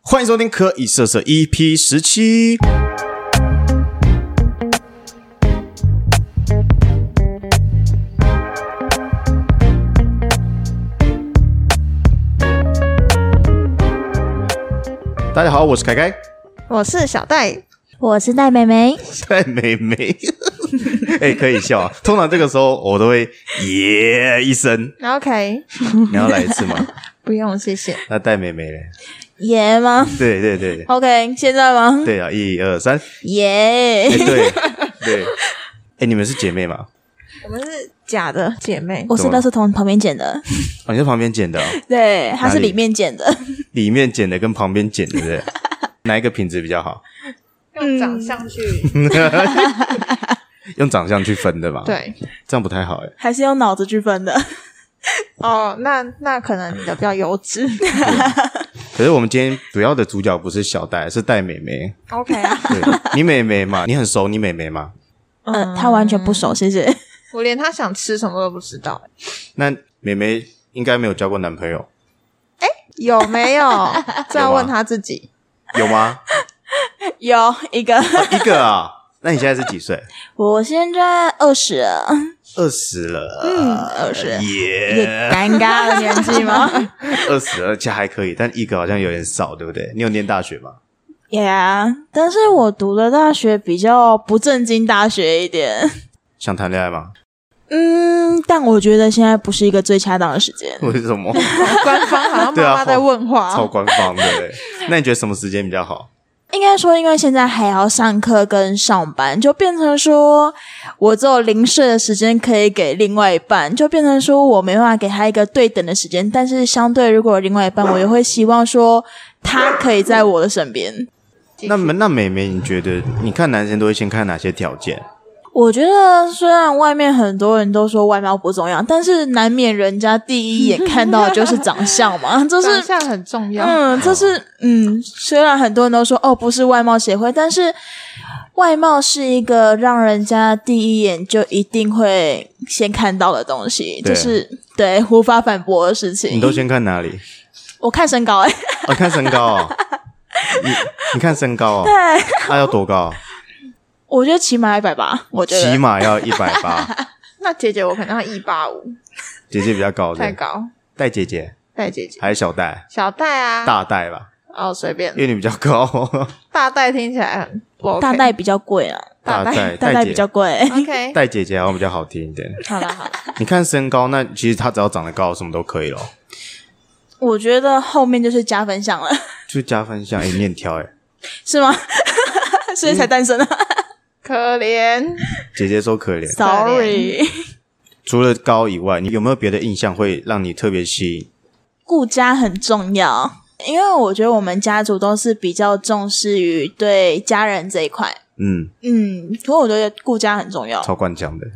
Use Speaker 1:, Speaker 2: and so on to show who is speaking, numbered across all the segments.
Speaker 1: 欢迎收听《可以色色》EP E 十七。大家好，我是凯凯，
Speaker 2: 我是小戴，
Speaker 3: 我是戴美美，
Speaker 1: 戴美美。 哎、可以笑啊！通常这个时候我都会耶一声，
Speaker 2: OK，
Speaker 1: 你要来一次吗？
Speaker 2: 不用谢谢。
Speaker 1: 那戴美美嘞？
Speaker 3: 耶吗
Speaker 1: 对对对对
Speaker 3: ？OK，现在吗？
Speaker 1: 对啊！一二三，
Speaker 3: 耶、
Speaker 1: 哎对对，哎、你们是姐妹吗？
Speaker 2: 我们是假的姐妹，
Speaker 3: 我是垃圾桶旁边捡的，
Speaker 1: 哦，你在旁边剪的、哦，
Speaker 3: 对，它是
Speaker 1: 哪里
Speaker 3: 里面捡的，
Speaker 1: 里面剪的跟旁边剪的，对不 对？哪一个品质比较好？
Speaker 2: 用长相去、
Speaker 1: 用长相去分的吧？，
Speaker 2: 对
Speaker 1: 这样不太好哎。
Speaker 3: 还是用脑子去分的？
Speaker 2: 哦。那那可能你的比较优质
Speaker 1: 可是我们今天主要的主角不是小戴，是戴美眉。
Speaker 2: ，OK 啊。
Speaker 1: 对，你美眉嘛，你很熟你美眉嘛？
Speaker 3: 嗯，他完全不熟，谢谢。
Speaker 2: 我连他想吃什么都不知道，
Speaker 1: 那美眉应该没有交过男朋友，
Speaker 2: 有没有？这要问他自己。
Speaker 1: 有吗？
Speaker 3: 有一个，
Speaker 1: 哦一个啊。那你现在是几岁？
Speaker 3: 我现在二十了，呃
Speaker 1: 二十了。嗯，二十。
Speaker 3: 也
Speaker 1: 耶，
Speaker 3: 尴尬的年纪吗？
Speaker 1: 二十而且还可以，但一个好像有点少，对不对？你有念大学吗？
Speaker 3: yeah,，但是我读的大学比较不正经大学一点，
Speaker 1: 想谈恋爱吗？
Speaker 3: 嗯，但我觉得现在不是一个最恰当的时间。
Speaker 1: 为什么？
Speaker 2: 官方好像妈妈在问 话，
Speaker 1: 超官方的欸。那你觉得什么时间比较好？
Speaker 3: 应该说，因为现在还要上课跟上班，就变成说我只有零碎的时间可以给另外一半，就变成说我没办法给他一个对等的时间。但是相对，如果有另外一半，我也会希望说他可以在我的身边。
Speaker 1: 那么那美眉，你觉得你看男生都会先看哪些条件？
Speaker 3: 我觉得虽然外面很多人都说外貌不重要，但是难免人家第一眼看到的就是长相嘛， 就
Speaker 2: 长
Speaker 3: 是
Speaker 2: 相很重要。
Speaker 3: 嗯，这是嗯，虽然很多人都说哦，不是外貌协会，但是外貌是一个让人家第一眼就一定会先看到的东西，
Speaker 1: 对
Speaker 3: 就是对无法反驳的事
Speaker 1: 你
Speaker 3: 情。
Speaker 1: 都先看哪里？
Speaker 3: 我看身高、欸，
Speaker 1: 哦，看身高哦。你你看身高哦，对，那、要多高？
Speaker 3: 我觉得起码一百八，我觉
Speaker 1: 起
Speaker 3: 得
Speaker 1: 码要一百八。
Speaker 2: 那姐姐我可能要一八五，
Speaker 1: 姐姐比较高
Speaker 2: 太
Speaker 1: 的，
Speaker 2: 高。
Speaker 1: 戴姐姐
Speaker 2: 戴姐姐，
Speaker 1: 还是小戴？
Speaker 2: 小戴啊，
Speaker 1: 大戴吧，
Speaker 2: 哦随便
Speaker 1: 因，为你比较高。
Speaker 2: 大戴听起来很不 OK
Speaker 3: 大概比较贵啊，
Speaker 2: 大
Speaker 1: 戴，
Speaker 2: 戴
Speaker 3: 大
Speaker 1: 哎戴
Speaker 3: 概
Speaker 1: 姐
Speaker 3: 比较贵、
Speaker 2: OK。
Speaker 1: 戴姐姐好像比较好听一点。
Speaker 2: 好了好了，
Speaker 1: 你看身高，那其实她只要长得高，什么都可以咯。
Speaker 3: 我觉得后面就是加分项了，
Speaker 1: 就加分项，哎、你很挑哎、
Speaker 3: 是吗？ 所以
Speaker 1: 嗯
Speaker 3: 才单身啊、
Speaker 2: 可怜。
Speaker 1: 姐姐说可怜。
Speaker 3: s o r r y
Speaker 1: 除了高以外，你有没有别的印象会让你特别吸引？
Speaker 3: 顾家很重要，因为我觉得我们家族都是比较重视于对家人这一块。
Speaker 1: 嗯，
Speaker 3: 嗯，可我觉得顾家很重要。
Speaker 1: 超官腔的。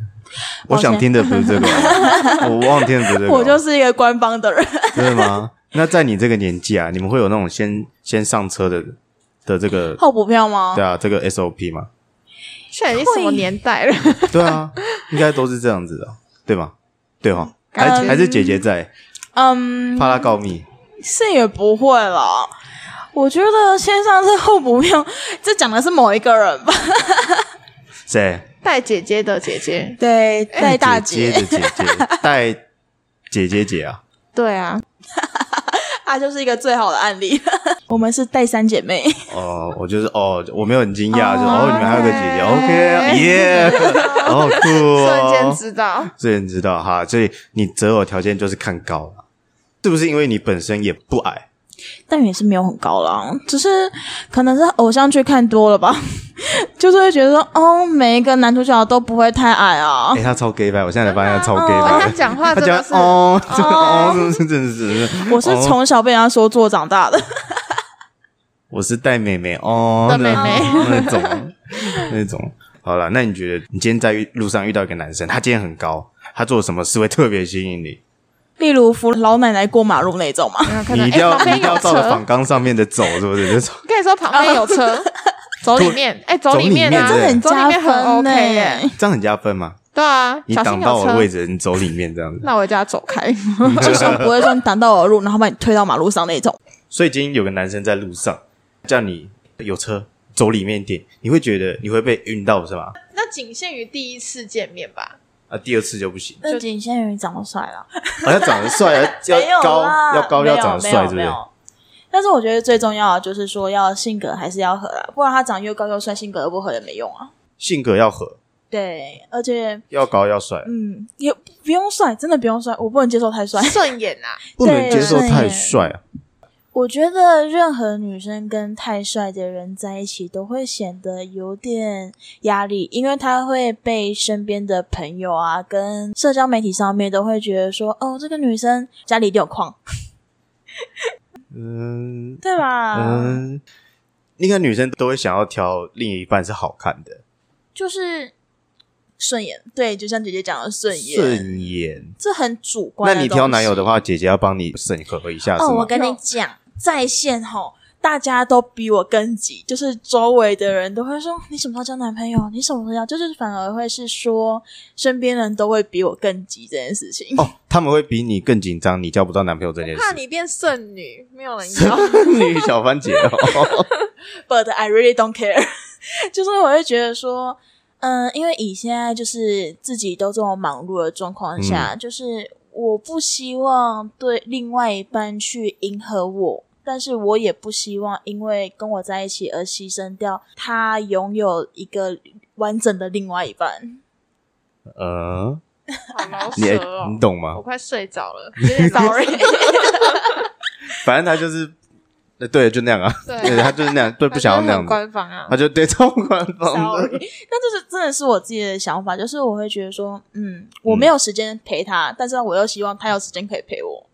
Speaker 1: 我
Speaker 3: 抱歉
Speaker 1: 想听的不是这 个哦，我忘听的不是这个哦。
Speaker 3: 我就是一个官方的人，
Speaker 1: 真的吗？那在你这个年纪啊，你们会有那种先先上车的的这个
Speaker 3: 候补票吗
Speaker 1: 对？啊，这个 SOP 吗？
Speaker 2: 现在已经什么年代了？
Speaker 1: 对 啊，应该都是这样子的，对吗？对哈，还
Speaker 3: 嗯
Speaker 1: 还是姐姐在，
Speaker 3: 嗯，
Speaker 1: 怕她告密。
Speaker 3: 是也不会啦。我觉得先上是候补票，这讲的是某一个人吧？
Speaker 1: 谁？
Speaker 2: 戴姐姐的姐姐，
Speaker 3: 对，戴大
Speaker 1: 姐姐的姐姐，带姐姐姐啊，
Speaker 2: 对啊，
Speaker 3: 她就是一个最好的案例。 我们是戴三姐妹，
Speaker 1: 哦，我就是哦，我没有很惊讶，
Speaker 3: 哦哎
Speaker 1: 就哦，你们还有个姐姐，OK，耶， 好酷
Speaker 2: 瞬间
Speaker 1: 哦，
Speaker 2: 知道，
Speaker 1: 瞬间知道哈，所以你择偶条件就是看高了，是不是？因为你本身也不矮，
Speaker 3: 但也是没有很高啦，只是可能是偶像剧看多了吧， 就是会觉得说，哦，每一个男主角都不会太矮啊
Speaker 1: 哎、。他超 gay 吧？我现在才发现 他超 gay 吧
Speaker 2: 而且哦他。讲话
Speaker 1: 哦他
Speaker 2: 真
Speaker 1: 讲
Speaker 2: 的是，
Speaker 1: 哦，这个 哦，是是真的是，
Speaker 3: 我是
Speaker 1: 哦
Speaker 3: 从小被人家说做长大的，
Speaker 1: 我是带妹妹哦，
Speaker 2: 带妹妹
Speaker 1: 那那种那种。好了，那你觉得你今天在路上遇到一个男生，他今天很高，他做什么事会特别吸引你？
Speaker 3: 例如扶老奶奶过马路那种嘛。
Speaker 2: 没有可
Speaker 1: 你
Speaker 2: 能
Speaker 1: 一定
Speaker 2: 哎
Speaker 1: 要
Speaker 2: 旁
Speaker 1: 你一
Speaker 2: 边
Speaker 1: 定要
Speaker 2: 有
Speaker 1: 照着
Speaker 2: 车
Speaker 1: 仿，纲上面的走，是不是？这种
Speaker 2: 我跟你说旁边有车， 走里面，哎，走里面啊，
Speaker 1: 哦走里面
Speaker 3: 很
Speaker 2: 走里
Speaker 3: 加
Speaker 2: 面很
Speaker 3: 分呢、欸
Speaker 2: OK 耶，
Speaker 1: 这样很加分吗？
Speaker 2: 对啊，
Speaker 1: 欸你
Speaker 2: 小
Speaker 1: 挡
Speaker 2: 心
Speaker 1: 到
Speaker 2: 有
Speaker 1: 我的位
Speaker 2: 车，
Speaker 1: 置，你走里面这样子。
Speaker 2: 那我就要走开，
Speaker 3: 至少不会说你挡到我的路，然后把你推到马路上那种。
Speaker 1: 所以今天有个男生在路上叫你有车走里面一点，你会觉得你会被晕到是吗？
Speaker 2: 那仅限于第一次见面吧。
Speaker 1: 啊，第二次就不行，
Speaker 3: 那仅限于长得帅了，
Speaker 1: 好、像长得帅， 要
Speaker 3: 没有
Speaker 1: 要高，
Speaker 3: 啦
Speaker 1: 要高，
Speaker 3: 没有
Speaker 1: 要长得帅，是不
Speaker 3: 没
Speaker 1: 是
Speaker 3: 有没？有但是我觉得最重要的就是说，要性格还是要合啦，不然他长越高又帅，性格又不合也没用啊。
Speaker 1: 性格要合，
Speaker 3: 对，而且
Speaker 1: 要高要帅，
Speaker 3: 嗯，也不用帅，真的不用帅，我不能接受太帅。
Speaker 2: 顺眼啊，
Speaker 1: 不能接受
Speaker 3: 对
Speaker 1: 太帅啊。
Speaker 3: 我觉得任何女生跟太帅的人在一起，都会显得有点压力，因为她会被身边的朋友啊，跟社交媒体上面都会觉得说，哦，这个女生家里一定有矿，
Speaker 1: 嗯
Speaker 3: 对吧？
Speaker 1: 嗯，应该女生都会想要挑另一半是好看的，
Speaker 3: 就是顺眼，对，就像姐姐讲的顺眼，
Speaker 1: 顺眼。
Speaker 3: 这很主观。
Speaker 1: 那你挑男友的，话，姐姐要帮你审核一下，是
Speaker 3: 哦，
Speaker 1: 吗
Speaker 3: 我？跟你讲，在线吼，大家都比我更急，就是周围的人都会说你什么时候交男朋友，你什么时候交，就是反而会是说身边人都会比我更急这件事情。
Speaker 1: 哦，他们会比你更紧张，你交不到男朋友这件
Speaker 2: 怕
Speaker 1: 事。
Speaker 2: 你变剩女，没有人要。
Speaker 1: 女小番姐哦，
Speaker 3: But I really don't care，就是 我会觉得说，嗯，因为以现在就是自己都这种忙碌的状况下，就是我不希望对另外一半去迎合我，但是我也不希望因为跟我在一起而牺牲掉他拥有一个完整的另外一半。
Speaker 1: 呃，
Speaker 2: 好 老
Speaker 1: 你
Speaker 2: 舌哦
Speaker 1: 你，懂
Speaker 2: 我
Speaker 1: 吗？
Speaker 2: 快睡着 了，有点 sorry。
Speaker 1: 反正他就是，呃对，就那样啊，
Speaker 2: 对
Speaker 1: 对，他就是那样，对，不想要那
Speaker 2: 反正很
Speaker 1: 样的，
Speaker 2: 官方啊
Speaker 1: 他。就对超官方的。
Speaker 3: Sorry，那 就是真的是我自己的想法，就是我会觉得说，嗯，我没有时间陪他，但是我又希望他有时间可以陪我。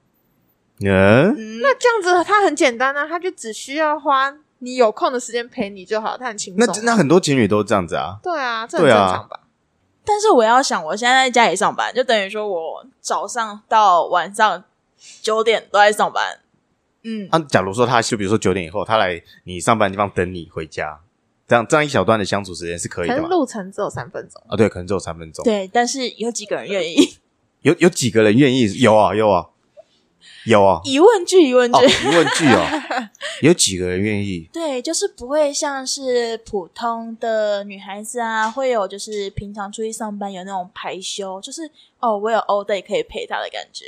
Speaker 1: 嗯，
Speaker 3: 嗯，
Speaker 2: 那这样子他很简单啊，他就只需要花你有空的时间陪你就好，他很轻
Speaker 1: 那
Speaker 2: 松。
Speaker 1: 那很多情侣都这样子啊，
Speaker 2: 对啊，这很
Speaker 1: 对
Speaker 2: 正
Speaker 1: 啊
Speaker 2: 常吧？
Speaker 3: 但是我要想，我现在在家里上班，就等于说我早上到晚上九点都在上班。嗯，
Speaker 1: 啊，假如说他就比如说九点以后，他来你上班的地方等你回家，这样这样一小段的相处时间是可以
Speaker 2: 可
Speaker 1: 的
Speaker 2: 是
Speaker 1: 嘛？
Speaker 2: 路程只有三分钟，
Speaker 1: 啊，对，可能只有三分钟。
Speaker 3: 对，但是有几个人愿 意？
Speaker 1: 有有几个人愿意？有啊，有啊，有啊。
Speaker 3: 疑问句，疑问句。
Speaker 1: 哦，疑问句 哦，有几个人愿意？
Speaker 3: 对，就是不会像是普通的女孩子啊，会有就是平常出去上班有那种排休，就是哦，我有 all day 可以陪她的感觉。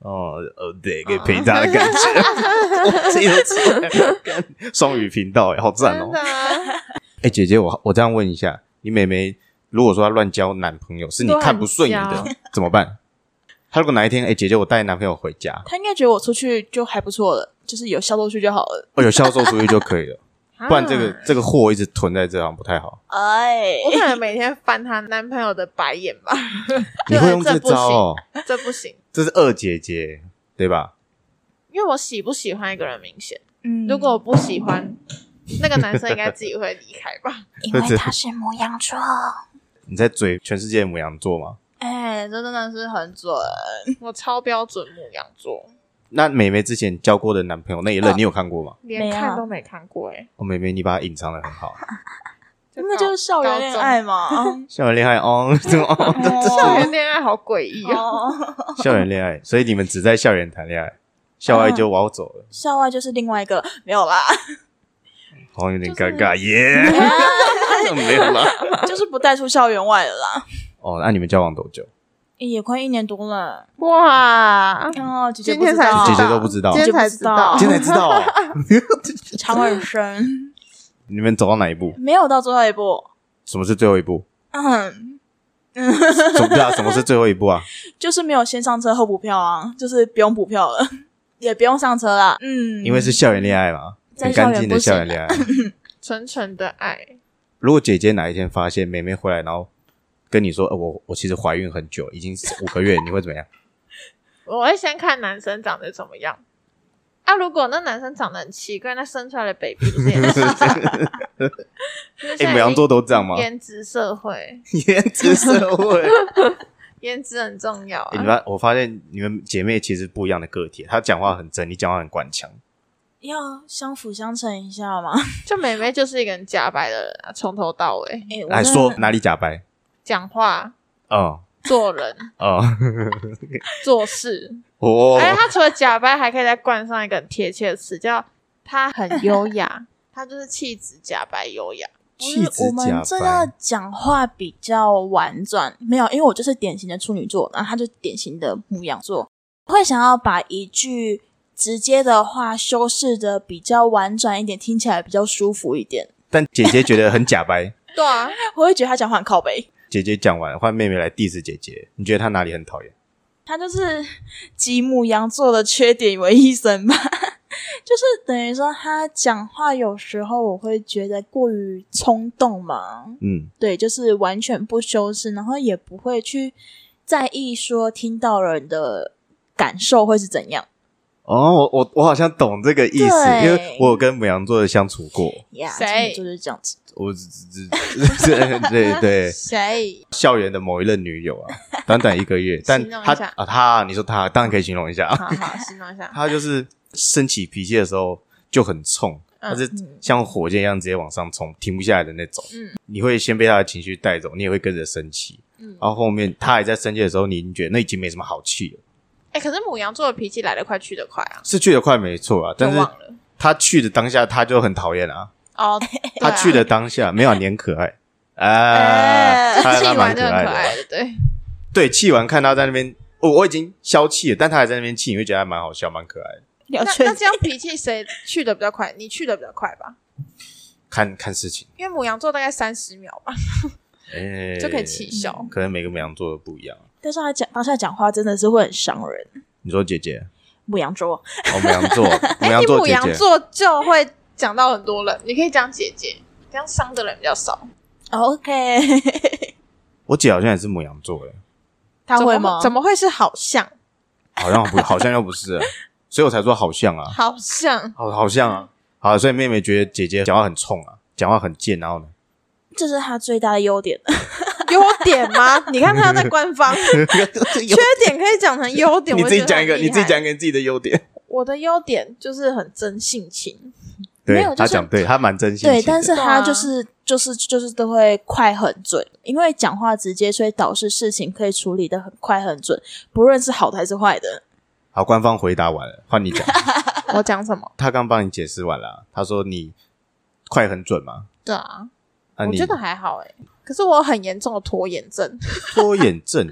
Speaker 1: 哦哦，对，可以陪他的感 觉，我自己都出来干双语频道哎，好赞
Speaker 2: 真
Speaker 1: 哦
Speaker 2: 的！啊，
Speaker 1: 哎，姐姐，我我这样问一下，你妹妹如果说她乱交男朋友，是你看不顺眼
Speaker 2: 乱
Speaker 1: 的，怎么办？她如果哪一天，哎，姐姐，我带男朋友回家，
Speaker 3: 她应该觉得我出去就还不错了，就是有销售去就好了。
Speaker 1: 哦，有销售出去就可以了，不然这个
Speaker 2: 啊
Speaker 1: 这个货一直囤在这，好像不太好。
Speaker 3: 哎，
Speaker 2: 我可能每天翻她男朋友的白眼吧。
Speaker 1: 你会用
Speaker 2: 对
Speaker 1: 这
Speaker 2: 这不行
Speaker 1: 招哦？
Speaker 2: 这不行，
Speaker 1: 这是二姐姐对吧？
Speaker 2: 因为我喜不喜欢一个人明显，
Speaker 3: 嗯
Speaker 2: 如果我不喜欢，那个男生应该自己会离开 吧？
Speaker 3: 因
Speaker 1: 为她
Speaker 3: 是母羊座，
Speaker 1: 你在追全世界的母羊座吗？
Speaker 3: 哎，这真的是很准。
Speaker 2: 我超标准牧羊座，
Speaker 1: 那美美之前交过的男朋友那一
Speaker 2: 呃
Speaker 1: 任，你有看过吗？
Speaker 2: 连
Speaker 3: 啊
Speaker 2: 看都没看过哎、
Speaker 1: 哦，美美，你把它隐藏的很好。
Speaker 2: 欸，
Speaker 3: 那就是校园恋爱嘛。
Speaker 1: 校园恋爱哦， 这种哦，
Speaker 2: 高中。校园恋爱好诡异哦，
Speaker 3: 哦，
Speaker 1: 校园恋爱，所以你们只在校园谈恋爱，校外就我要走了，
Speaker 3: 校外就是另外一个没有啦，
Speaker 1: 好像有点尴尬 耶。没有啦。
Speaker 3: 就是不带出校园外了啦。
Speaker 1: 哦，那你们交往多久？
Speaker 3: 也快一年多了，
Speaker 2: 哇！
Speaker 3: 哦，姐姐
Speaker 2: 今
Speaker 3: 不
Speaker 2: 天
Speaker 3: 知
Speaker 2: 才
Speaker 3: 道，
Speaker 1: 姐姐都不知道
Speaker 2: 今天才知道
Speaker 3: 姐姐不知道
Speaker 1: 今天才知道哦，
Speaker 3: 长耳生，
Speaker 1: 你们走到哪一步？
Speaker 3: 没有到最后一步。
Speaker 1: 什么是最后一步？
Speaker 3: 嗯，
Speaker 1: 什么对啊？什么是最后一步 啊？
Speaker 3: 就是没有先上车后补票啊，就是不用补票了，也不用上车啦。嗯，
Speaker 1: 因为是校园恋爱嘛，很
Speaker 3: 在校园
Speaker 1: 干净的
Speaker 3: 不行
Speaker 1: 校园恋爱。
Speaker 2: 纯纯的爱，
Speaker 1: 如果姐姐哪一天发现妹妹回来，然后跟你说，呃，我我其实怀孕很久，已经五个月，你会 怎么样？
Speaker 2: 我会先看男生长得怎么样。啊，如果那男生长得很奇怪，那生出来的 baby 不是也 是？就是现
Speaker 1: 哎，
Speaker 2: 在
Speaker 1: 母羊座都这样吗？
Speaker 2: 颜值社会，
Speaker 1: 颜值社会。
Speaker 2: 颜值很重要
Speaker 1: 欸、
Speaker 2: 啊
Speaker 1: 你。发我发现你们姐妹其实不一样的个体，她讲话很真，你讲话很官腔。
Speaker 3: 要相辅相成一下嘛。
Speaker 2: 就美美就是一个很假白的人啊，从头到尾
Speaker 3: 哎，我
Speaker 1: 还
Speaker 3: 真的
Speaker 1: 说哪里假白？
Speaker 2: 讲话，
Speaker 1: 嗯，
Speaker 2: 做人、
Speaker 1: 哦，
Speaker 2: 做事。
Speaker 1: 哦，
Speaker 2: 而且他除了假掰，还可以再冠上一个很贴切的词，叫他很优雅，他就是气质假掰优雅。
Speaker 1: 气
Speaker 3: 不是我
Speaker 1: 质
Speaker 3: 们
Speaker 1: 假
Speaker 3: 这要
Speaker 1: 白，
Speaker 3: 讲话比较婉转，没有，因为我就是典型的处女座，然后他就典型的母羊座，会想要把一句直接的话修饰的比较婉转一点，听起来比较舒服一点。
Speaker 1: 但姐姐觉得很假白。
Speaker 2: 对啊，
Speaker 3: 我会觉得他讲话很靠北，
Speaker 1: 姐姐讲完，换妹妹来 diss 姐姐，你觉得她哪里很讨厌？
Speaker 3: 他就是集母羊座的缺点为一身吧。 就是等于说，他讲话有时候我会觉得过于冲动嘛，
Speaker 1: 嗯，
Speaker 3: 对，就是完全不修饰，然后也不会去在意说听到人的感受会是怎样。
Speaker 1: 哦，我我我好像懂这个意思，
Speaker 3: 对
Speaker 1: 因为我有跟母羊座的相处过，
Speaker 3: 呀、
Speaker 2: 谁
Speaker 3: 就是这样子。
Speaker 1: 我只只只对 对对，
Speaker 2: 谁？
Speaker 1: 校园的某一任女友啊，短短一个月，但
Speaker 2: 形容一
Speaker 1: 她
Speaker 2: 下
Speaker 1: 啊她，你说她当然可以形容一下，啊，
Speaker 2: 好好形容一下，
Speaker 1: 她就是生起脾气的时候就很冲，她
Speaker 2: 嗯
Speaker 1: 是像火箭一样直接往上冲，停不下来的那种。
Speaker 2: 嗯，
Speaker 1: 你会先被她的情绪带走，你也会跟着生气。
Speaker 2: 嗯
Speaker 1: 然后后面她还在生气的时候，你已经觉得那已经没什么好气了，
Speaker 2: 哎、可是母羊座的脾气来得快，去得快啊，
Speaker 1: 是去的快没错啊，
Speaker 2: 就
Speaker 1: 但是
Speaker 2: 忘了。
Speaker 1: 她去的当下，她就很讨厌 啊。
Speaker 2: 哦，
Speaker 1: 她
Speaker 2: 对啊
Speaker 1: 去 的当下没有你很可爱啊，
Speaker 2: 哎，
Speaker 1: 她
Speaker 2: 气
Speaker 1: 她蛮
Speaker 2: 完就
Speaker 1: 可
Speaker 2: 很
Speaker 1: 爱
Speaker 2: 可
Speaker 1: 的。
Speaker 2: 爱的，对，
Speaker 1: 对，气完看他在那边，我、我已经消气了，但他还在那边气，你会觉得还蛮好笑，蛮可爱的。
Speaker 3: 了
Speaker 2: 那
Speaker 3: 解
Speaker 2: 那这样脾气谁去的比较快？你去的比较快吧，
Speaker 1: 看看事情，
Speaker 2: 因为母羊座大概三十秒吧
Speaker 1: 哎、
Speaker 2: 就可以气消。
Speaker 1: 可能每个母羊座都不一样。啊
Speaker 3: 但是他讲当下讲话真的是会很伤人。
Speaker 1: 你说姐姐，
Speaker 3: 母羊座，
Speaker 1: 哦，母羊座，母
Speaker 2: 哎，
Speaker 1: 羊
Speaker 2: 你
Speaker 1: 座
Speaker 2: 母
Speaker 1: 姐
Speaker 2: 羊
Speaker 1: 姐，
Speaker 2: 座就会讲到很多人，你可以讲姐姐，这样伤的人比较少。
Speaker 3: 哦 OK，
Speaker 1: 我姐好像也是母羊座，哎，
Speaker 3: 他会
Speaker 2: 怎么
Speaker 3: 吗？
Speaker 2: 怎么会是好像？
Speaker 1: 好像不， 好像又不是啊，所以我才说好像啊，
Speaker 2: 好像
Speaker 1: 好好像啊，好，所以妹妹觉得姐姐讲话很冲啊，讲话很贱，然后呢，
Speaker 3: 这是他最大的优点。
Speaker 2: 优点吗？你看他在官 方缺点可以讲成优点，
Speaker 1: 你
Speaker 2: 我
Speaker 1: 自己
Speaker 2: 觉得
Speaker 1: 讲一个，
Speaker 2: 很
Speaker 1: 你
Speaker 2: 厉
Speaker 1: 自己
Speaker 2: 害
Speaker 1: 讲一个你自己的优点。
Speaker 2: 我的优点就是很真性情，
Speaker 3: 没
Speaker 1: 对
Speaker 3: 有，就
Speaker 1: 他
Speaker 3: 是
Speaker 1: 讲对，他蛮真心。
Speaker 3: 对，但是他
Speaker 2: 对啊
Speaker 3: 就是、就是就是都会快很准，因为讲话直接，所以导致事情可以处理的很快很准，不论是好的还是坏的。
Speaker 1: 好，官方回答完了，换你讲。
Speaker 2: 我讲什么？
Speaker 1: 他刚帮你解释完了啊、他说你快很准嘛，
Speaker 2: 对啊，
Speaker 1: 啊，
Speaker 2: 我
Speaker 1: 你
Speaker 2: 觉得还好哎、可是我有很严重的拖延症，
Speaker 1: 拖延症，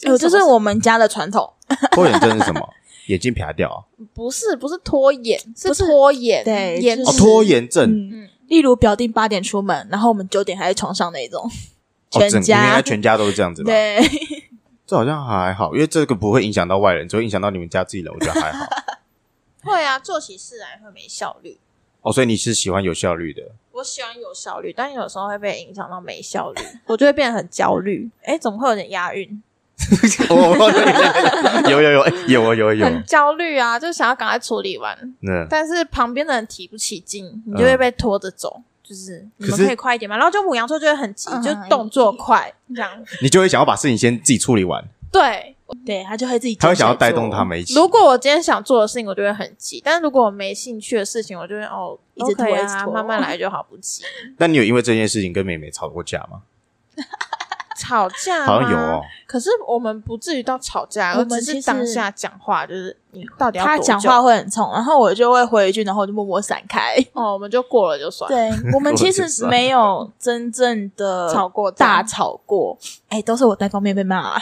Speaker 3: 有，哦这是我们家的传统。
Speaker 1: 拖延症是什么？眼睛撇掉啊、
Speaker 2: 不是不是拖延，是
Speaker 3: 不是
Speaker 2: 拖延，
Speaker 3: 对
Speaker 2: 延
Speaker 3: 就
Speaker 1: 哦，
Speaker 3: 是
Speaker 1: 拖延症，
Speaker 3: 嗯，例如表定八点出门，然后我们九点还在床上那一种，
Speaker 1: 哦，整应
Speaker 3: 家、
Speaker 1: 该全家都是这样子吧？
Speaker 3: 对，
Speaker 1: 这好像还好，因为这个不会影响到外人，只会影响到你们家自己人，我觉得还好。
Speaker 2: 会啊，做起事来会没效率。
Speaker 1: 哦，所以你是喜欢有效率的，
Speaker 2: 我喜欢有效率，但有时候会被影响到没效 率，我就会变得很焦虑。哎、怎么会有点押韵？
Speaker 1: 我我有有有有有有有
Speaker 2: 很，焦虑啊，就想要赶快处理完，
Speaker 1: 那
Speaker 2: 但是旁边的人提不起劲，你就会被拖着走。就是你
Speaker 1: 嗯可
Speaker 2: 们
Speaker 1: 是
Speaker 2: 可以快一点嘛，然后就母羊座就会很急，
Speaker 3: 嗯
Speaker 2: 就动作快这样。
Speaker 1: 你就会想要把事情先自己处理完，
Speaker 2: 对，
Speaker 3: 对他就会自己，
Speaker 1: 他会想要带动他，们一起。
Speaker 2: 如果我今天想做的事情，我就会很急；但如果我没兴趣的事情，我就会哦，
Speaker 3: 一直拖
Speaker 2: OK
Speaker 3: 一直
Speaker 2: 啊，
Speaker 3: 拖
Speaker 2: 慢慢来就好，不急。
Speaker 1: 那你有因为这件事情跟妹妹吵过架吗？
Speaker 2: 吵架吗
Speaker 1: 好像有哦，
Speaker 2: 可是我们不至于到吵架，
Speaker 3: 我
Speaker 2: 而
Speaker 3: 们
Speaker 2: 只
Speaker 3: 其
Speaker 2: 是
Speaker 3: 实
Speaker 2: 当下讲话，就是你到底要
Speaker 3: 他
Speaker 2: 多
Speaker 3: 讲
Speaker 2: 久
Speaker 3: 话会很冲，然后我就会回一句，然后我就默默闪开。
Speaker 2: 哦，我们就过了就算 了，呃
Speaker 3: 对我们其
Speaker 1: 我就
Speaker 3: 实
Speaker 1: 算了
Speaker 3: 没有真正的
Speaker 2: 吵过架，
Speaker 3: 大吵过，哎，都是我单方面被骂。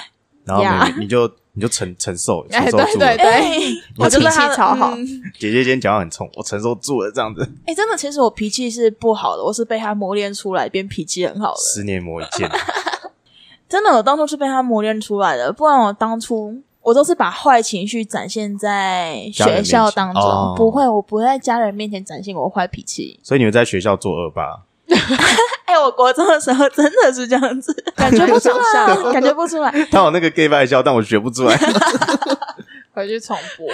Speaker 1: 然后妹
Speaker 3: 呀
Speaker 1: 妹你就你就承承受承
Speaker 2: 哎，
Speaker 1: 受
Speaker 2: 对
Speaker 1: 住
Speaker 2: 对
Speaker 1: 了，
Speaker 2: 对，我就是他
Speaker 3: 脾
Speaker 2: 的
Speaker 3: 气超好
Speaker 2: 嗯
Speaker 1: 姐姐今天讲话很冲，我承受住了这样子。
Speaker 3: 哎，真的，其实我脾气是不好的，我是被他磨练出来，变脾气很好的。
Speaker 1: 十年磨一剑，
Speaker 3: 真的，我当初是被他磨练出来的，不然我当初我都是把坏情绪展现在学校当中，
Speaker 1: 家人面前哦
Speaker 3: 不会，我不会在家人面前展现我坏脾气。
Speaker 1: 所以你们在学校做恶霸，
Speaker 3: 哎、我国中的时候真的是这样子， 感觉不出来， 感觉不出来。
Speaker 1: 他有那个 gay 外笑，但我学不出来。
Speaker 2: 回去重 播。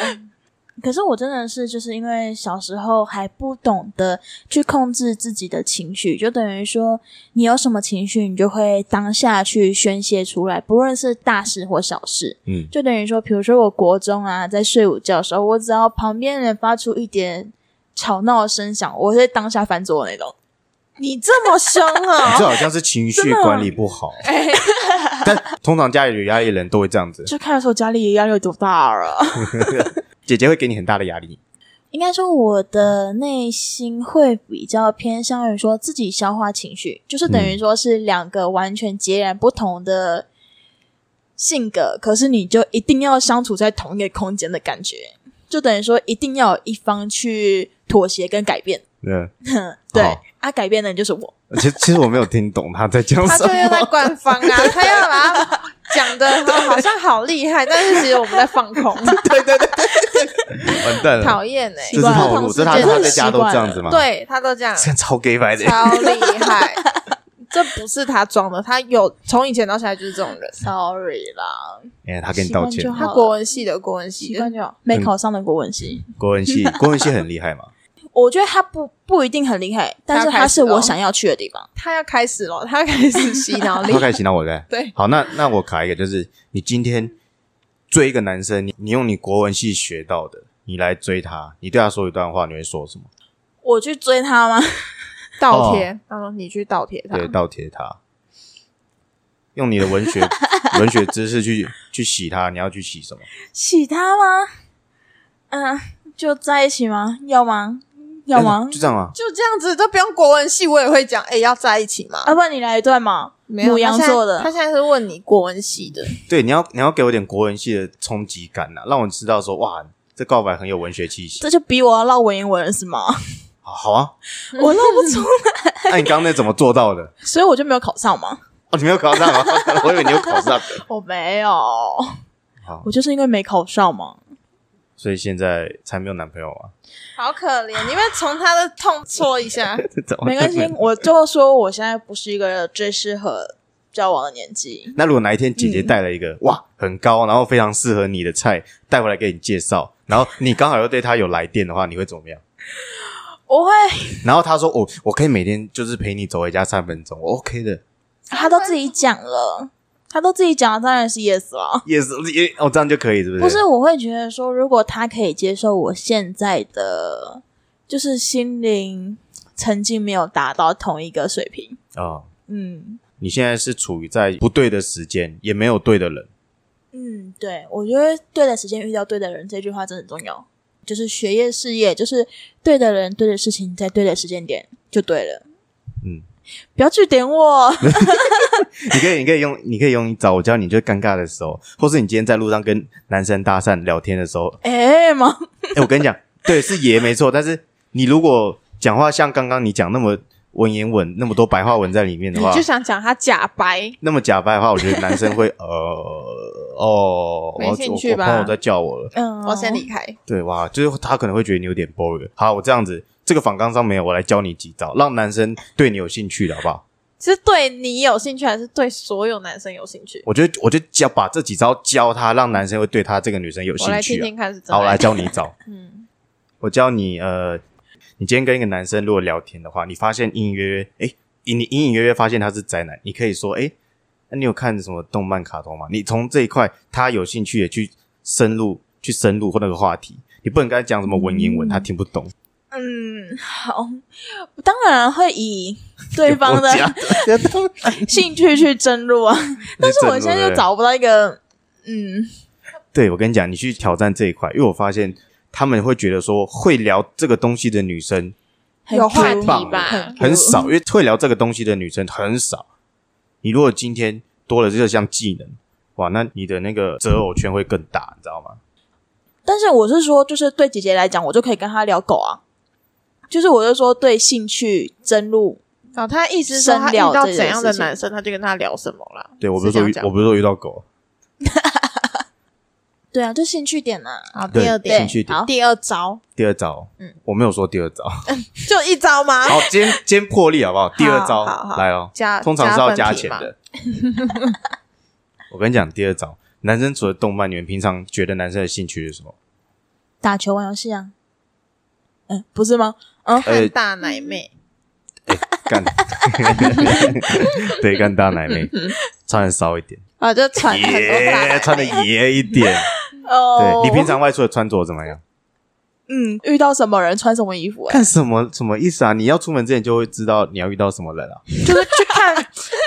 Speaker 3: 可是我真的是就是因为小时候还不懂得去控制自己的情绪，就等于说你有什么情绪，你就会当下去宣泄出来，不论是大事或小事。
Speaker 1: 嗯，
Speaker 3: 就等于说，比如说我国中啊，在睡午觉的时候，我只要旁边人发出一点吵闹的声响，我会当下翻桌的那种。 你这么凶
Speaker 1: 你这
Speaker 3: 哦，
Speaker 1: 好像是情绪管理不 好，
Speaker 2: 哎
Speaker 1: 但通常家里有压力的人都会这样子，
Speaker 3: 就看得出我家里压力有多大啊了。
Speaker 1: 姐姐会给你很大的压力，
Speaker 3: 应该说，我的内心会比较偏向于说自己消化情绪，就是等于说是两个完全截然不同的性格，可是你就一定要相处在同一个空间的感觉，就等于说一定要有一方去妥协跟改变。
Speaker 1: 对。
Speaker 3: 对、
Speaker 1: 好
Speaker 3: 啊，改变的人就是我。
Speaker 1: 其实其实我没有听懂他在讲
Speaker 2: 他
Speaker 1: 什
Speaker 2: 就又在
Speaker 1: 么，
Speaker 2: 官方啊，他要把它讲的好像好厉害，但是其实我们在放空，
Speaker 1: 对对对对，对完蛋了，
Speaker 2: 讨厌哎
Speaker 1: 这，是
Speaker 3: 怪了
Speaker 1: 套路，这是他
Speaker 2: 同时
Speaker 1: 他
Speaker 3: 间
Speaker 1: 在家都这样子吗？，
Speaker 2: 对他都这样，
Speaker 1: 这超 gay 白的，
Speaker 2: 超厉害。 这不是他装的，他有从以前到现在就是这种人。
Speaker 3: Sorry 啦，
Speaker 1: 哎，他跟你道
Speaker 3: 习
Speaker 1: 歉
Speaker 3: 惯，就
Speaker 2: 他
Speaker 3: 好
Speaker 2: 国文系的国文系
Speaker 3: 习
Speaker 2: 的
Speaker 3: 惯，就好。没
Speaker 1: 嗯
Speaker 3: 考上的国文系，
Speaker 1: 国文系国文系很厉害嘛，
Speaker 3: 我觉得他不不一定很厉害，但是
Speaker 2: 他要开
Speaker 3: 他
Speaker 2: 始
Speaker 3: 是
Speaker 2: 了
Speaker 3: 我想要去的地方。
Speaker 2: 他要开始了，他要开始 洗脑力
Speaker 1: 他。开始洗脑我在。
Speaker 2: 对，
Speaker 1: 好，那那我卡一个，就是你今天追一个男生，你你用你国文系学到的，你来追他，你对他说一段话，你会说什么？
Speaker 3: 我去追他 吗？
Speaker 2: 倒贴，他说你去倒贴他，
Speaker 1: 哦对，倒贴他，用你的文学文学知识去去洗他，你要去洗什么？
Speaker 3: 洗他吗？嗯、就在一起吗？要吗？要吗
Speaker 1: 哎？就这样啊，
Speaker 2: 就这样子，都不用国文系，我也会讲，哎，要在一起吗？
Speaker 3: 啊要、不然你来一段嘛？
Speaker 2: 没有
Speaker 3: 母羊
Speaker 2: 他现在
Speaker 3: 座的
Speaker 2: 他现在是问你国文系的，
Speaker 1: 对，你要你要给我点国文系的冲击感呐、啊，让我知道说哇，这告白很有文学气息。
Speaker 3: 这就比我要绕文言文了是吗？
Speaker 1: 好好啊，
Speaker 3: 我绕不出，
Speaker 1: 那你刚刚那怎么做到的？
Speaker 3: 所以我就没有考上嘛。
Speaker 1: 哦，你没有考上啊？ 我以为你有考上 的。
Speaker 3: 我没有，
Speaker 1: 好
Speaker 3: 我，就是因为没考上嘛。
Speaker 1: 所以现在才没有男朋友啊？
Speaker 2: 好可怜，你们从他的痛戳一下。
Speaker 3: 没关系，我就说我现在不是一个最适合交往的年纪。
Speaker 1: 那如果哪一天姐姐带了一个、哇很高，然后非常适合你的菜带回来给你介绍，然后你刚好又对她有来电的话，你会怎么样？
Speaker 3: 我会，
Speaker 1: 然后她说哦我、我可以每天就是陪你走回家三分钟，我 OK 的。
Speaker 3: 他都自己讲了，他都自己讲了，当然是 yes 了。
Speaker 1: Yes，也哦这样就可以是不是？
Speaker 3: 不是，我会觉得说，如果他可以接受我现在的，就是心灵曾经没有达到同一个水平，
Speaker 1: 哦，
Speaker 3: 嗯
Speaker 1: 你现在是处于在不对的时间，也没有对的人。
Speaker 3: 嗯，对，我觉得对的时间遇到对的人这句话真的很重要，就是学业事业，就是对的人对的事情，在对的时间点就对了，
Speaker 1: 嗯，
Speaker 3: 不要据点我，
Speaker 1: 你可以你可以用你可以用一招，我教你，就是尴尬的时候，或是你今天在路上跟男生搭讪聊天的时候，
Speaker 3: 哎妈，
Speaker 1: 哎、我跟你讲， 对，是爷没错，但是你如果讲话像刚刚你讲那么文言文，那么多白话文在里面的
Speaker 2: 你
Speaker 1: 话，
Speaker 2: 就想讲他假白，
Speaker 1: 那么假掰的话，我觉得男生会呃哦，我
Speaker 2: 没
Speaker 1: 要
Speaker 2: 兴
Speaker 1: 我
Speaker 2: 趣
Speaker 1: 我
Speaker 2: 吧
Speaker 1: 朋友在叫我了，
Speaker 3: 嗯，
Speaker 2: 我先离开。
Speaker 1: 对哇，就是他可能会觉得你有点 boring。好，我这样子，这个反纲上没有，我来教你几招，让男生对你有兴趣的好不好？
Speaker 2: 是对你有兴趣，还是对所有男生有兴趣？
Speaker 1: 我觉得我就教把这几招教他，让男生会对他这个女生有兴
Speaker 2: 我来
Speaker 1: 趣、
Speaker 2: 听
Speaker 1: 啊。
Speaker 2: 听看是怎
Speaker 1: 好，
Speaker 2: 么
Speaker 1: 我来教你一招，
Speaker 2: 嗯，
Speaker 1: 我教你呃，你今天跟一个男生如果聊天的话，你发现隐隐约约，诶，你隐隐约约发现他是宅男，你可以说，诶，那你有看什么动漫卡通吗？你从这一块他有兴趣的去深入去深入或那个话题，你不能跟他讲什么文言文，
Speaker 3: 嗯
Speaker 1: 他听不懂。
Speaker 3: 嗯，好，当然会以对方的
Speaker 1: 我讲
Speaker 3: 兴趣去争入啊。但是我现在又找不到一个，嗯，
Speaker 1: 对，我跟你讲，你去挑战这一块，因为我发现他们会觉得说会聊这个东西的女生
Speaker 3: 很
Speaker 2: 有
Speaker 3: Q
Speaker 2: 话题
Speaker 1: 棒
Speaker 2: 吧
Speaker 3: 很 Q
Speaker 1: 很少，因为会聊这个东西的女生很少。你如果今天多了这项技能，哇，那你的那个择偶圈会更大，你知道吗？
Speaker 3: 但是我是说，就是对姐姐来讲，我就可以跟她聊狗啊。就是我就说对兴趣争入，
Speaker 2: 然后哦他意思是说，他遇到怎样的男生，他就跟他聊什么啦。
Speaker 1: 对我不是
Speaker 2: 这
Speaker 1: 说
Speaker 2: 样
Speaker 1: 遇
Speaker 2: 讲
Speaker 1: 我不是说遇到狗，
Speaker 3: 对啊，就兴趣点呐、啊。
Speaker 2: 好，第二
Speaker 1: 对，
Speaker 2: 点
Speaker 1: 兴，趣点
Speaker 3: 好。
Speaker 2: 第二招，
Speaker 1: 第二招，
Speaker 2: 嗯
Speaker 1: 我没有说第二 招，
Speaker 2: 就一招吗？
Speaker 1: 好，今天今天破例好不好？第二招
Speaker 2: 好好
Speaker 1: 来哦，
Speaker 2: 加
Speaker 1: 通常是要加
Speaker 2: 分题
Speaker 1: 钱
Speaker 2: 嘛
Speaker 1: 的。 我跟你讲，第二招，男生除了动漫，你们平常觉得男生的兴趣是什么？
Speaker 3: 打球玩游戏啊，嗯、不是吗？
Speaker 1: 呃
Speaker 2: 看，大奶妹，
Speaker 1: 干， 对，干大奶妹，
Speaker 3: 嗯
Speaker 1: 穿的骚一点，
Speaker 2: 啊，就传很多大奶
Speaker 1: 爷
Speaker 2: 妹
Speaker 1: 穿的爷一点。
Speaker 3: 哦
Speaker 1: 对你平常外出的穿着怎么样？
Speaker 3: 嗯，遇到什么人穿什么 衣服、欸，
Speaker 1: 看什么什么意思啊？你要出门之前就会知道你要遇到什么人啊，
Speaker 3: 就是去看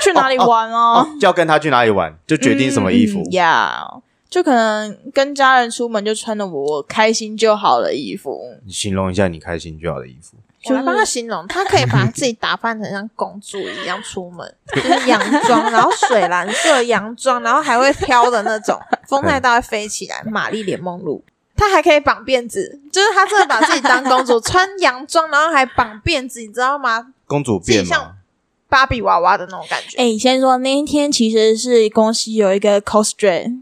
Speaker 3: 去哪里玩哦，
Speaker 1: 哦，就要跟他去哪里玩，就决定什么衣服。
Speaker 3: 嗯呀。就可能跟家人出门就穿的我开心就好了衣服，
Speaker 1: 你形容一下你开心就好的衣服，
Speaker 2: 我来帮他形容，他可以把自己打扮成像公主一样出门， 就是洋装，然后水蓝色洋装，然后还会飘的那种，风太大会飞起来，玛丽莲梦露。他还可以绑辫子，就是他真的把自己当公主，穿洋装，然后还绑辫子，你知道吗？
Speaker 1: 公主变
Speaker 2: 自己
Speaker 1: 吗
Speaker 2: 像？芭比娃娃的那种感觉。
Speaker 3: 哎、你先说那一天其实是公司有一个 cosplay，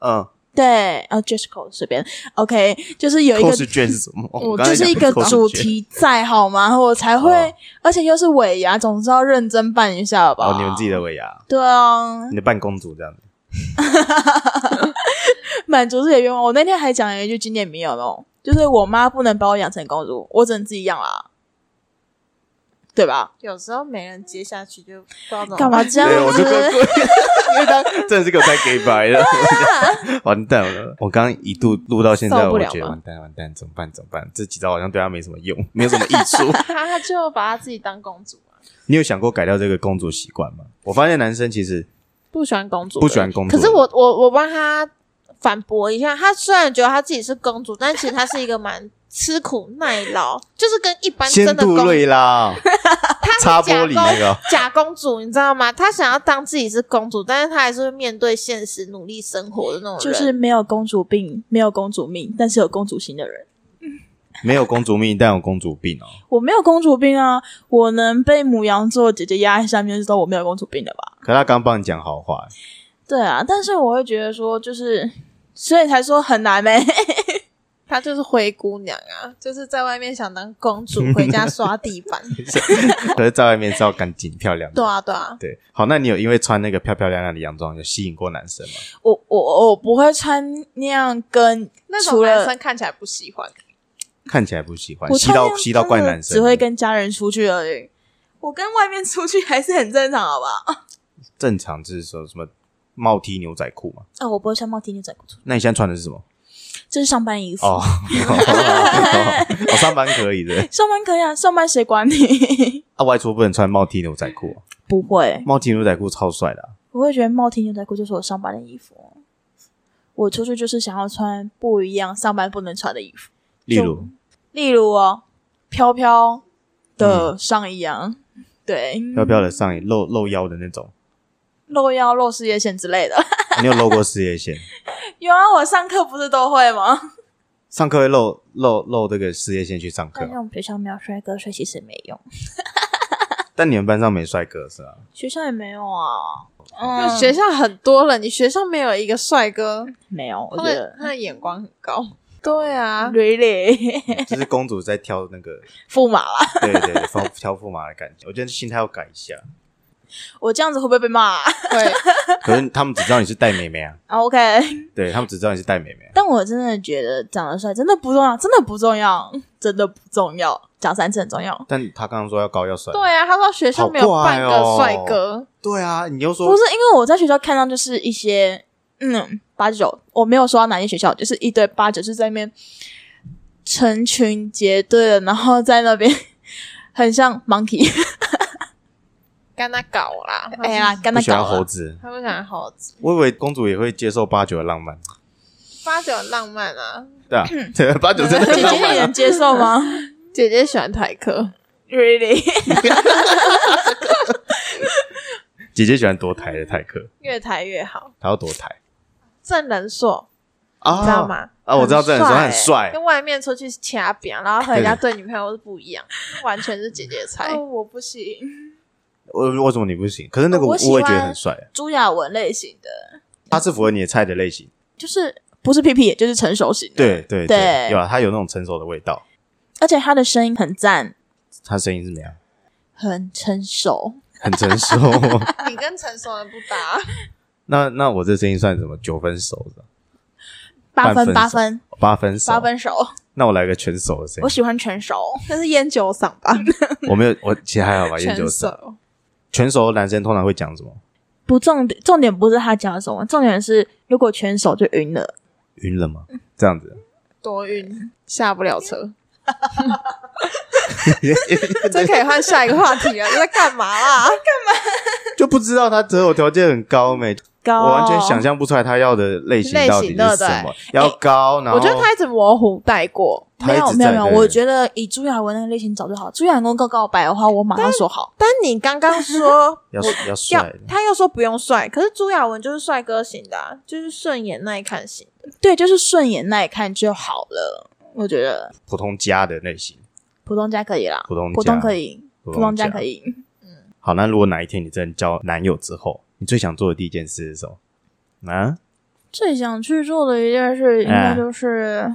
Speaker 1: 嗯，
Speaker 3: 对，哦 j e s s c o 随便，OK，就是有一
Speaker 1: 扣
Speaker 3: 个
Speaker 1: 是卷是什么？
Speaker 3: 我
Speaker 1: 刚才
Speaker 3: 就
Speaker 1: 讲
Speaker 3: 是一个
Speaker 1: 扣是
Speaker 3: 主
Speaker 1: 卷。
Speaker 3: 题在好吗？我才会，
Speaker 1: 哦
Speaker 3: 而且又是尾牙，总是要认真办一下吧。
Speaker 1: 哦，你们自己的尾牙，
Speaker 3: 对啊，
Speaker 1: 你的扮公主这样子，
Speaker 3: 满足自己的愿望。我那天还讲了一句经典名言，有没有？就是我妈不能把我养成公主，我只能自己养啦，对吧？
Speaker 2: 有时候没人接下去就不知道怎么
Speaker 3: 干嘛这样
Speaker 1: 对，我就跟
Speaker 3: 子？
Speaker 1: 故意 因为他真的是给我太 gay 白了， 完蛋了！我刚刚一度录到现在，
Speaker 3: 受不
Speaker 1: 我
Speaker 3: 了
Speaker 1: 觉得
Speaker 3: 吗
Speaker 1: 完蛋完蛋，怎么办怎么办？这几招好像对他没什么用， 没有什么益处。
Speaker 2: 他就把他自己当公主啊，
Speaker 1: 你有想过改掉这个公主习惯吗？我发现男生其实
Speaker 2: 不喜欢公主，
Speaker 1: 不喜欢公主，
Speaker 2: 可是我我我帮他反驳一下，他虽然觉得他自己是公主，但其实他是一个蛮吃苦耐劳，就是跟一般真
Speaker 1: 仙
Speaker 2: 的
Speaker 1: 杜
Speaker 2: 公
Speaker 1: 瑞 拉，擦玻璃那个，哦
Speaker 2: 假公主，你知道吗？他想要当自己是公主，但是他还是会面对现实，努力生活的那种
Speaker 3: 就
Speaker 2: 人。
Speaker 3: 是没有公主病，没有公主命，但是有公主心的人。
Speaker 1: 没有公主命，但有公主病哦。
Speaker 3: 我没有公主病啊，我能被母羊座姐姐压在下面，就知道我没有公主病了吧？
Speaker 1: 可他刚帮你讲好话，
Speaker 3: 对啊，但是我会觉得说，就是所以才说很难呗、
Speaker 2: 他就是灰姑娘啊，就是在外面想当公主，回家刷地 板。
Speaker 1: 可是在外面是要干净漂亮的。
Speaker 2: 对啊，对啊，
Speaker 1: 对，好，那你有因为穿那个漂漂亮亮的洋装，有吸引过男生吗？
Speaker 3: 我我我不会穿那样跟
Speaker 2: 那
Speaker 3: 除
Speaker 2: 种
Speaker 3: 了
Speaker 2: 男生看起来不喜欢。
Speaker 1: 看起来不喜欢，
Speaker 3: 我
Speaker 1: 吸
Speaker 3: 穿那
Speaker 1: 到
Speaker 3: 样
Speaker 1: 吸到
Speaker 3: 真
Speaker 1: 怪
Speaker 3: 的
Speaker 1: 男生，
Speaker 3: 只会跟家人出去而已。我跟外面出去还是很正常，好 吧？
Speaker 1: 正常就是说什么帽 T 牛仔裤嘛。
Speaker 3: 啊，我不会穿帽 T 牛仔裤，
Speaker 1: 那你现在穿的是什么？
Speaker 3: 这是上班衣 服。
Speaker 1: 哦，我上班哦可以的，
Speaker 3: 上班可以啊，上班谁管你？
Speaker 1: 啊，外出不能穿帽 T 牛仔裤哦，
Speaker 3: 不会，
Speaker 1: 帽 T 牛仔裤超帅的啊，
Speaker 3: 我会觉得帽 T 牛仔裤就是我上班的衣服。哦我出去就是想要穿不一样上班不能穿的衣服，
Speaker 1: 例如
Speaker 3: 例如哦，飘飘的
Speaker 2: 嗯
Speaker 3: 上衣啊， 对，
Speaker 1: 飘飘的上衣露露腰的那种，
Speaker 3: 露腰、露事业线之类的。
Speaker 1: 你有露过事业 线？
Speaker 3: 有啊，我上课不是都会吗？
Speaker 2: 啊
Speaker 1: 上课会露露露这个事业线去上课
Speaker 3: 但
Speaker 1: 哦
Speaker 3: 是，我们学校没有帅哥，所以其实没用。
Speaker 1: 但你们班上没帅哥是吧？
Speaker 3: 学校也没有啊，
Speaker 2: 因为
Speaker 3: 嗯，
Speaker 2: 学校很多人，你学校没有一个帅哥，
Speaker 3: 没有，我
Speaker 2: 他
Speaker 3: 觉
Speaker 2: 的
Speaker 3: 得
Speaker 2: 他的眼光很高。对 啊，
Speaker 3: really
Speaker 1: 就是公主在挑那个，
Speaker 3: 驸马啦。
Speaker 1: 对对对，挑挑驸马的感觉。我觉得心态要改一下。
Speaker 3: 我这样子会不会被骂、啊、
Speaker 2: 会
Speaker 1: 可能他们只知道你是戴妹妹啊，
Speaker 3: ？OK，
Speaker 1: 对他们只知道你是戴妹妹啊。
Speaker 3: 但我真的觉得长得帅真的不重要，真的不重要，真的不重要，讲三次很重要。
Speaker 1: 但他刚刚说要高要帅，
Speaker 2: 对啊，他说学校没有半个帅哥，
Speaker 1: 对啊，你又说
Speaker 3: 不是因为我在学校看到就是一些嗯八九，我没有说到哪些学校，就是一堆八九是在那边成群结队的，然后在那边很像 monkey，
Speaker 2: 跟他搞啦。
Speaker 3: 哎呀，跟
Speaker 1: 不
Speaker 3: 他
Speaker 1: 喜欢
Speaker 3: 搞
Speaker 1: 猴
Speaker 3: 了。
Speaker 1: 子，
Speaker 2: 他不想猴子，
Speaker 1: 我以为公主也会接受八九的浪漫，
Speaker 2: 八九很浪漫啊。
Speaker 1: 对啊，对 八九真的
Speaker 3: 嗯姐
Speaker 1: 很浪
Speaker 3: 姐
Speaker 1: 漫
Speaker 3: 你
Speaker 1: 啊
Speaker 3: 能接受吗
Speaker 2: 姐姐喜欢台客，
Speaker 3: ？Really？
Speaker 1: 姐姐喜欢多台的泰克，
Speaker 2: 越台越好。
Speaker 1: 她要多台
Speaker 2: 郑人硕，
Speaker 1: 啊，
Speaker 3: 哦
Speaker 2: 你知道？吗？
Speaker 1: 啊，我知道这人说他很
Speaker 2: 欸
Speaker 1: 帅，
Speaker 2: 跟外面出去掐饼，然后回家对女朋友是不 一样，完全是姐姐菜。
Speaker 3: 哦，我不行，
Speaker 1: 为为什么你不行？可是那个
Speaker 3: 我
Speaker 1: 我
Speaker 3: 喜欢
Speaker 1: 也觉得很帅，
Speaker 3: 朱亚文类型的，
Speaker 1: 他是符合你的菜的类型，
Speaker 3: 就是不是 P P，就是成熟型的。，
Speaker 1: 对对
Speaker 3: 对
Speaker 1: 有啊，他有那种成熟的味道，
Speaker 3: 而且他的声音很赞，
Speaker 1: 他声音是怎么样？
Speaker 3: 很成熟。
Speaker 1: 很成熟。
Speaker 2: 你跟成熟人不搭，
Speaker 1: 那那我这声音算什么？九分熟的，
Speaker 3: 八
Speaker 1: 半分熟
Speaker 3: 分，
Speaker 1: 八
Speaker 3: 八分，
Speaker 1: 分熟，
Speaker 3: 八。分熟。
Speaker 1: 那我来个全熟的声
Speaker 3: 我喜欢成熟，
Speaker 2: 那是烟酒嗓吧？
Speaker 1: 音。我没有，我其实还好吧，研究
Speaker 2: 全
Speaker 1: 生。
Speaker 2: 熟。
Speaker 1: 全熟的男生通常会讲什么？
Speaker 3: 不重点，重点不是他讲什么，重点是如果全熟就晕了。
Speaker 1: 晕了吗？这样子，
Speaker 2: 多晕，下不了 车。 这可以换下一个话题了，你在干嘛啊啦？
Speaker 1: 就不知道他择偶条件很高没，
Speaker 3: 高，
Speaker 1: 我完全想。象不出来他要的类型到底是
Speaker 2: 哦类型对不
Speaker 1: 什么
Speaker 2: 对，哎
Speaker 1: 要高，然后
Speaker 2: 我觉得他一直模糊带过，
Speaker 1: 他
Speaker 3: 没有
Speaker 1: 一直
Speaker 3: 没有
Speaker 1: 在
Speaker 3: 没有，
Speaker 1: 那里
Speaker 3: 我觉得以朱亚文那个类型早就好。朱亚文跟告白的话，我马上说好。
Speaker 2: 但你刚刚 说
Speaker 1: 要
Speaker 2: 我
Speaker 1: 要帅
Speaker 2: 要
Speaker 1: 的，
Speaker 2: 他又说不用帅，可是朱亚文就是帅哥型的、啊，就是顺眼耐看型。
Speaker 3: 对，就是顺眼耐看就好了。我觉得
Speaker 1: 普通家的类型，
Speaker 3: 普通家可以啦，
Speaker 1: 普通
Speaker 3: 普
Speaker 1: 家
Speaker 3: 通可以，
Speaker 1: 普
Speaker 3: 普
Speaker 1: 通
Speaker 3: 通
Speaker 1: 家
Speaker 3: 家可以。
Speaker 1: 好，那如果哪一天你真的交男友之后，你最想做的第一件事是什么？啊，
Speaker 3: 最想去做的一件事，应该就是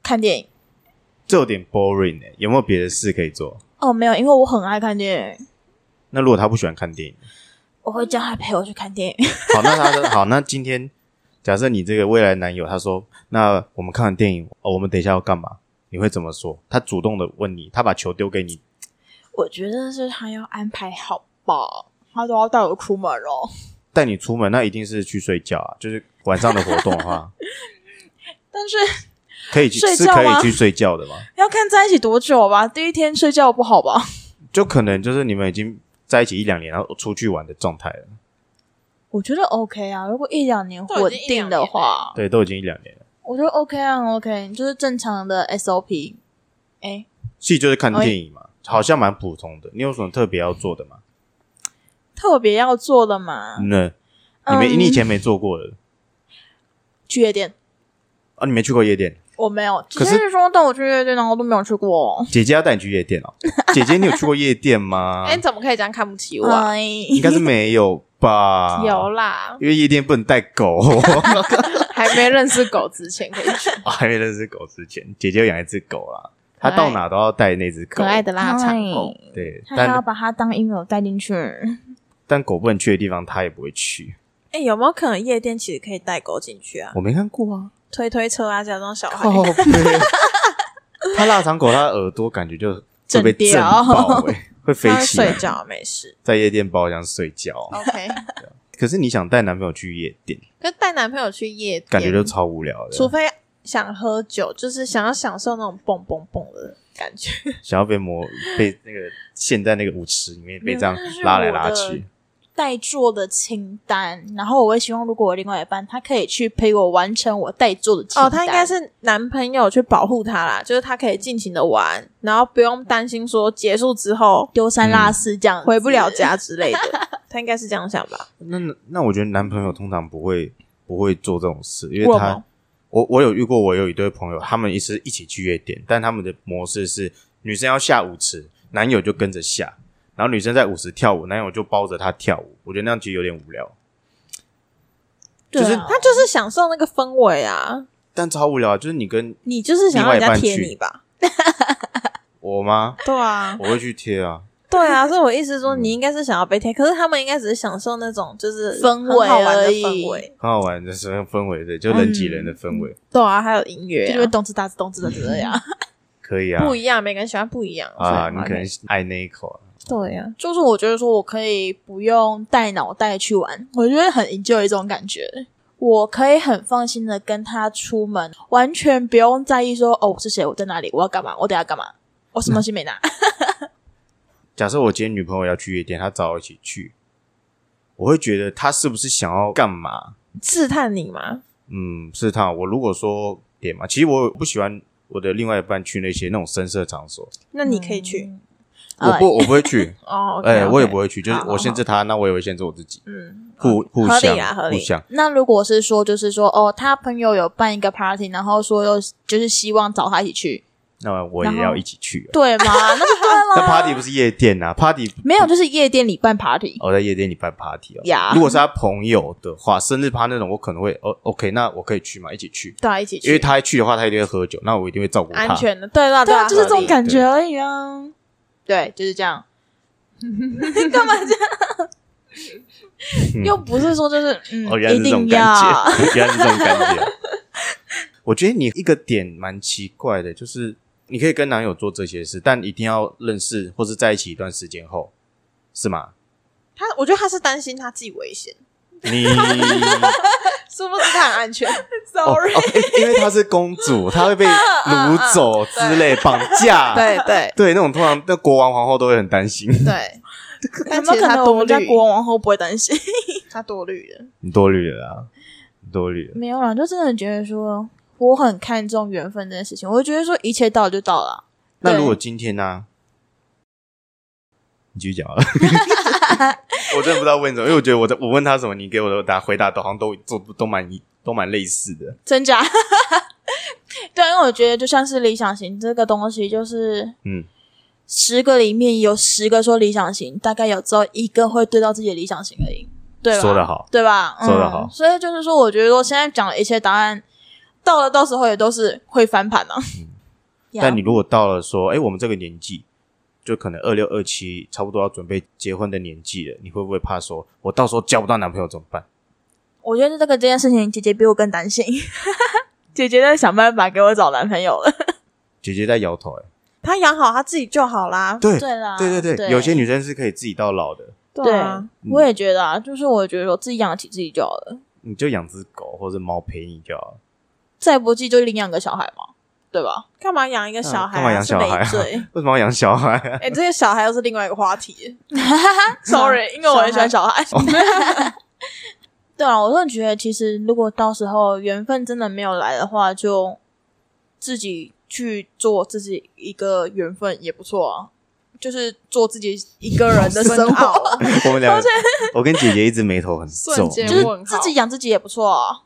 Speaker 3: 看电影。
Speaker 1: 这有点 boring 哎、有没有别的事可以做？
Speaker 3: 哦，没有，因为我很爱看电影，
Speaker 1: 那如果他不喜欢看电影，
Speaker 3: 我会叫他陪我去看电影。
Speaker 1: 好，那他的好，那今天假设你这个未来男友他说，那我们看完电影，哦，我们等一下要干嘛？你会怎么说？他主动的问你，他把球丢给你，
Speaker 3: 我觉得是他要安排好吧，他都要带我出门哦。
Speaker 1: 带你出门，那一定是去睡觉啊。就是晚上的活动的话，
Speaker 3: 但是
Speaker 1: 可以去
Speaker 3: 睡
Speaker 1: 是
Speaker 3: 觉
Speaker 1: 可
Speaker 3: 吗
Speaker 1: 以去睡觉的嘛？
Speaker 3: 要看在一起多久吧，第一天睡觉不好吧？
Speaker 1: 就可能就是你们已经在一起一两年，然后出去玩的状态了。
Speaker 3: 我觉得 OK 啊，如果一两年
Speaker 2: 都
Speaker 3: 稳
Speaker 2: 已经一两
Speaker 3: 定的
Speaker 2: 啊
Speaker 3: 话，
Speaker 1: 对，都已经一两年了。
Speaker 3: 我觉得 OK 啊很，OK，就是正常的 SOP。哎，
Speaker 1: 戏就是看电影嘛，好像蛮普通的。你有什么特别要做的吗？
Speaker 3: 特别要做的嘛，
Speaker 1: 那、你没、你以前没做过的
Speaker 3: 去夜店
Speaker 1: 啊？你没去过夜店？
Speaker 3: 我没有，
Speaker 1: 可
Speaker 3: 只
Speaker 1: 是
Speaker 3: 是说带我去夜店，然后都没有去过。
Speaker 1: 姐姐要带你去夜店哦。姐姐，你有去过夜店吗
Speaker 2: 哎、？你怎么可以这样看不起我啊？
Speaker 3: 哎，
Speaker 1: 应该是没有吧？
Speaker 2: 有，啦，
Speaker 1: 因为夜店不能带狗。
Speaker 2: 还没认识狗之前可以去
Speaker 1: 我还没认识狗之前，姐姐有养一只狗啦，她到哪都要带那只狗。
Speaker 2: 可爱的腊肠狗。
Speaker 3: 哎
Speaker 1: 对，
Speaker 3: 他还要
Speaker 1: 但
Speaker 3: 把它当婴儿带进去。
Speaker 1: 但狗不能去的地方，她也不会去。
Speaker 2: 哎、有没有可能夜店其实可以带狗进去啊？
Speaker 1: 我没看过啊，
Speaker 2: 推推车啊，假装小孩。
Speaker 1: 靠背。它腊肠狗，它耳朵感觉 就会被
Speaker 3: 震
Speaker 1: 震
Speaker 3: 掉
Speaker 1: 爆、欸，会飞
Speaker 2: 他会
Speaker 1: 起来
Speaker 2: 睡。觉啊没事
Speaker 1: 在夜店包厢睡觉。
Speaker 3: 哦
Speaker 2: ，OK。
Speaker 1: 可是你想带男朋友去夜店，
Speaker 2: 可是带男朋友去夜店，
Speaker 1: 感觉就超无聊
Speaker 2: 除
Speaker 1: 的，
Speaker 2: 非想喝酒，就是想要享受那种蹦蹦蹦的感觉。
Speaker 1: 想要被磨被那个陷在那个舞池里面被
Speaker 3: 没有
Speaker 1: 这样
Speaker 3: 那是
Speaker 1: 拉来
Speaker 3: 我
Speaker 1: 拉
Speaker 3: 的
Speaker 1: 去。
Speaker 3: 代做的清单，然后我会希望，如果我另外一半他可以去陪我完成我代做的清单。
Speaker 2: 哦，他应该是男朋友去保护她啦，就是她可以尽情的玩，然后不用担心说结束之后
Speaker 3: 丢三落四这样、
Speaker 2: 回不了。家之类的。他应该是这样想吧？
Speaker 1: 那那我觉得男朋友通常不会不会做这种事，因
Speaker 2: 为
Speaker 1: 为
Speaker 2: 什
Speaker 1: 他
Speaker 2: 么
Speaker 1: 我我有遇过，我有一对朋友，他们一是一起去夜店，但他们的模式是女生要下舞池，男友就跟着下，然后女生在舞池跳舞，男友就包着她跳舞。我觉得那样其实有点无聊，
Speaker 3: 对啊
Speaker 1: 就是
Speaker 2: 他就是享受那个氛围啊，
Speaker 1: 但超无聊啊，就是你跟
Speaker 2: 你就是想要人家贴你吧？
Speaker 1: 我吗？
Speaker 2: 对啊，
Speaker 1: 我会去贴啊，
Speaker 2: 对啊，所以我意思说，
Speaker 1: 嗯
Speaker 2: 你应该是想要被贴，可是他们应该只是享受那种就是
Speaker 3: 氛围
Speaker 2: 很好玩的
Speaker 3: 而已
Speaker 2: 氛围。
Speaker 1: 很好玩的什么氛围对，就人挤人的氛围，
Speaker 2: 对啊，还有音乐
Speaker 3: 就
Speaker 2: 啊、
Speaker 3: 是动次打次动次打次这样，
Speaker 1: 可以啊
Speaker 2: 不一样，每个人喜欢不一样
Speaker 1: 啊，
Speaker 2: 所以
Speaker 1: 你
Speaker 2: 嘛
Speaker 1: 可能爱那一口啊，
Speaker 2: 对呀、
Speaker 3: 就是我觉得说我可以不用带脑袋去玩，我觉得很 enjoy 这种感觉。我可以很放心的跟他出门，完全不用在意说哦我是谁，我在哪里，我要干嘛，我等下干嘛，我什么东西没拿。
Speaker 1: 假设我今天女朋友要去夜店，她找我一起去，我会觉得她是不是想要干嘛？
Speaker 2: 试探你嘛，
Speaker 1: 嗯，是她。我如果说点嘛，其实我不喜欢我的另外一半去那些那种深色场所，
Speaker 2: 那你可以去、，
Speaker 3: 嗯
Speaker 1: 我不我不会去
Speaker 2: 哦。
Speaker 1: 哎、我也不
Speaker 2: 会，
Speaker 1: 会去，就是
Speaker 2: 好好
Speaker 1: 我限制她，那我也会限制我自己，
Speaker 2: 嗯，
Speaker 1: 互互
Speaker 2: 合
Speaker 1: 相
Speaker 2: 理啊合理
Speaker 1: 互相。
Speaker 3: 那如果是说就是说哦他朋友有办一个 party，然后说又就是希望找他一起去，
Speaker 1: 那么我也
Speaker 3: 然后
Speaker 1: 要一起去啊。
Speaker 3: 对吗？ 那就对了。
Speaker 1: 那 party 不是夜店啊，party
Speaker 3: 没有，就是夜店里办 party
Speaker 1: 我、在夜店里办 party 哦。
Speaker 3: 呀
Speaker 1: 如果是他朋友的话，生日趴那种，我可能会哦，OK，那我可以去嘛，一起去。
Speaker 3: 大家一起去，
Speaker 1: 因为他去的话，他一定会喝酒，那我一定会照顾他。
Speaker 2: 安全的，对啦
Speaker 3: 对啊，
Speaker 2: 啊，
Speaker 3: 就是
Speaker 2: 合
Speaker 3: 这种
Speaker 2: 理
Speaker 3: 感觉而已啊。对，就是 这样。干嘛这样？又不是说就是嗯，
Speaker 1: 哦，原来
Speaker 3: 一
Speaker 1: 是这种
Speaker 3: 定
Speaker 1: 感
Speaker 3: 要。
Speaker 1: 觉， 原来是这种感觉。我觉得你一个点蛮奇怪的，就是你可以跟男友做这些事，但一定要认识或是在一起一段时间后，是吗？
Speaker 2: 他我觉得他是担心他自己危险，
Speaker 1: 你
Speaker 2: 殊不知它很安全。
Speaker 1: 哦，
Speaker 3: ，sorry，
Speaker 1: 哦因因为她是公主，她会被掳走之类，绑架，
Speaker 2: 对对
Speaker 1: 对，那种通常那国王皇后都会很担心，
Speaker 2: 对，
Speaker 3: 有
Speaker 2: 但
Speaker 3: 没
Speaker 2: 其
Speaker 3: 有
Speaker 2: 实
Speaker 3: 可
Speaker 2: 它
Speaker 3: 能我
Speaker 2: 多
Speaker 3: 们家
Speaker 2: 虑，
Speaker 3: 国王皇后不会担心？
Speaker 2: 它多虑了。
Speaker 1: 你多虑了啊，你多虑了。
Speaker 3: 没有啦，就真的觉得说我很看重缘分这件事情，我觉得说一切到了就到了啊。
Speaker 1: 那
Speaker 3: 对
Speaker 1: 如果今天呢、你继续讲好了，啊 我真的不知道问什么，因为我觉得我的我问他什么，你给我的答回答都好像都都都蛮一都蛮类似的。
Speaker 3: 真假？ 对，因为我觉得就像是理想型这个东西，就是
Speaker 1: 嗯，
Speaker 3: 十个里面有十个说理想型，大概有只有一个会对到自己的理想型而已，对吧？
Speaker 1: 说得好，
Speaker 3: 对吧？嗯
Speaker 1: 说得好
Speaker 3: 所以就是说，我觉得我现在讲的一切答案，到了到时候也都是会翻盘的、 呀
Speaker 1: 但你如果到了说，哎、我们这个年纪，就可能二六二七，差不多要准备结婚的年纪了，你会不会怕说，我到时候交不到男朋友怎么办？
Speaker 3: 我觉得这个这件事情，姐姐比我更担心。 姐姐在想办法给我找男朋友了。
Speaker 1: 姐姐在摇头、哎，
Speaker 2: 它养好它自己就好啦。
Speaker 1: 对，
Speaker 3: 对啦，
Speaker 1: 对对
Speaker 3: 对，
Speaker 1: 有些女生是可以自己到老的，
Speaker 3: 对
Speaker 2: 啊，
Speaker 3: 我也觉得啊，就是我觉得我自己养得起自己就好了，
Speaker 1: 你就养只狗或者猫陪你就好了。
Speaker 3: 再不济就领养个小孩嘛，对吧？
Speaker 2: 干嘛养一个小孩、
Speaker 1: 干嘛
Speaker 2: 啊
Speaker 1: 养？小孩啊
Speaker 3: 是没 罪。
Speaker 1: 为什么要养小孩啊、
Speaker 2: 哎、这个小孩又是另外一个话 题。
Speaker 3: Sorry，因为我很喜欢
Speaker 2: 小
Speaker 3: 小孩。 对啊，我真的觉得，其实如果到时候缘分真的没有来的话，就自己去做自己一个缘分也不错啊。就是做自己一个人的生
Speaker 2: 好
Speaker 3: 活，
Speaker 1: 我们两个，我跟姐姐一直眉头很皱。
Speaker 2: 瞬间
Speaker 3: 就
Speaker 1: 哦
Speaker 3: 是
Speaker 2: 问号
Speaker 3: 自己养自己也不错啊。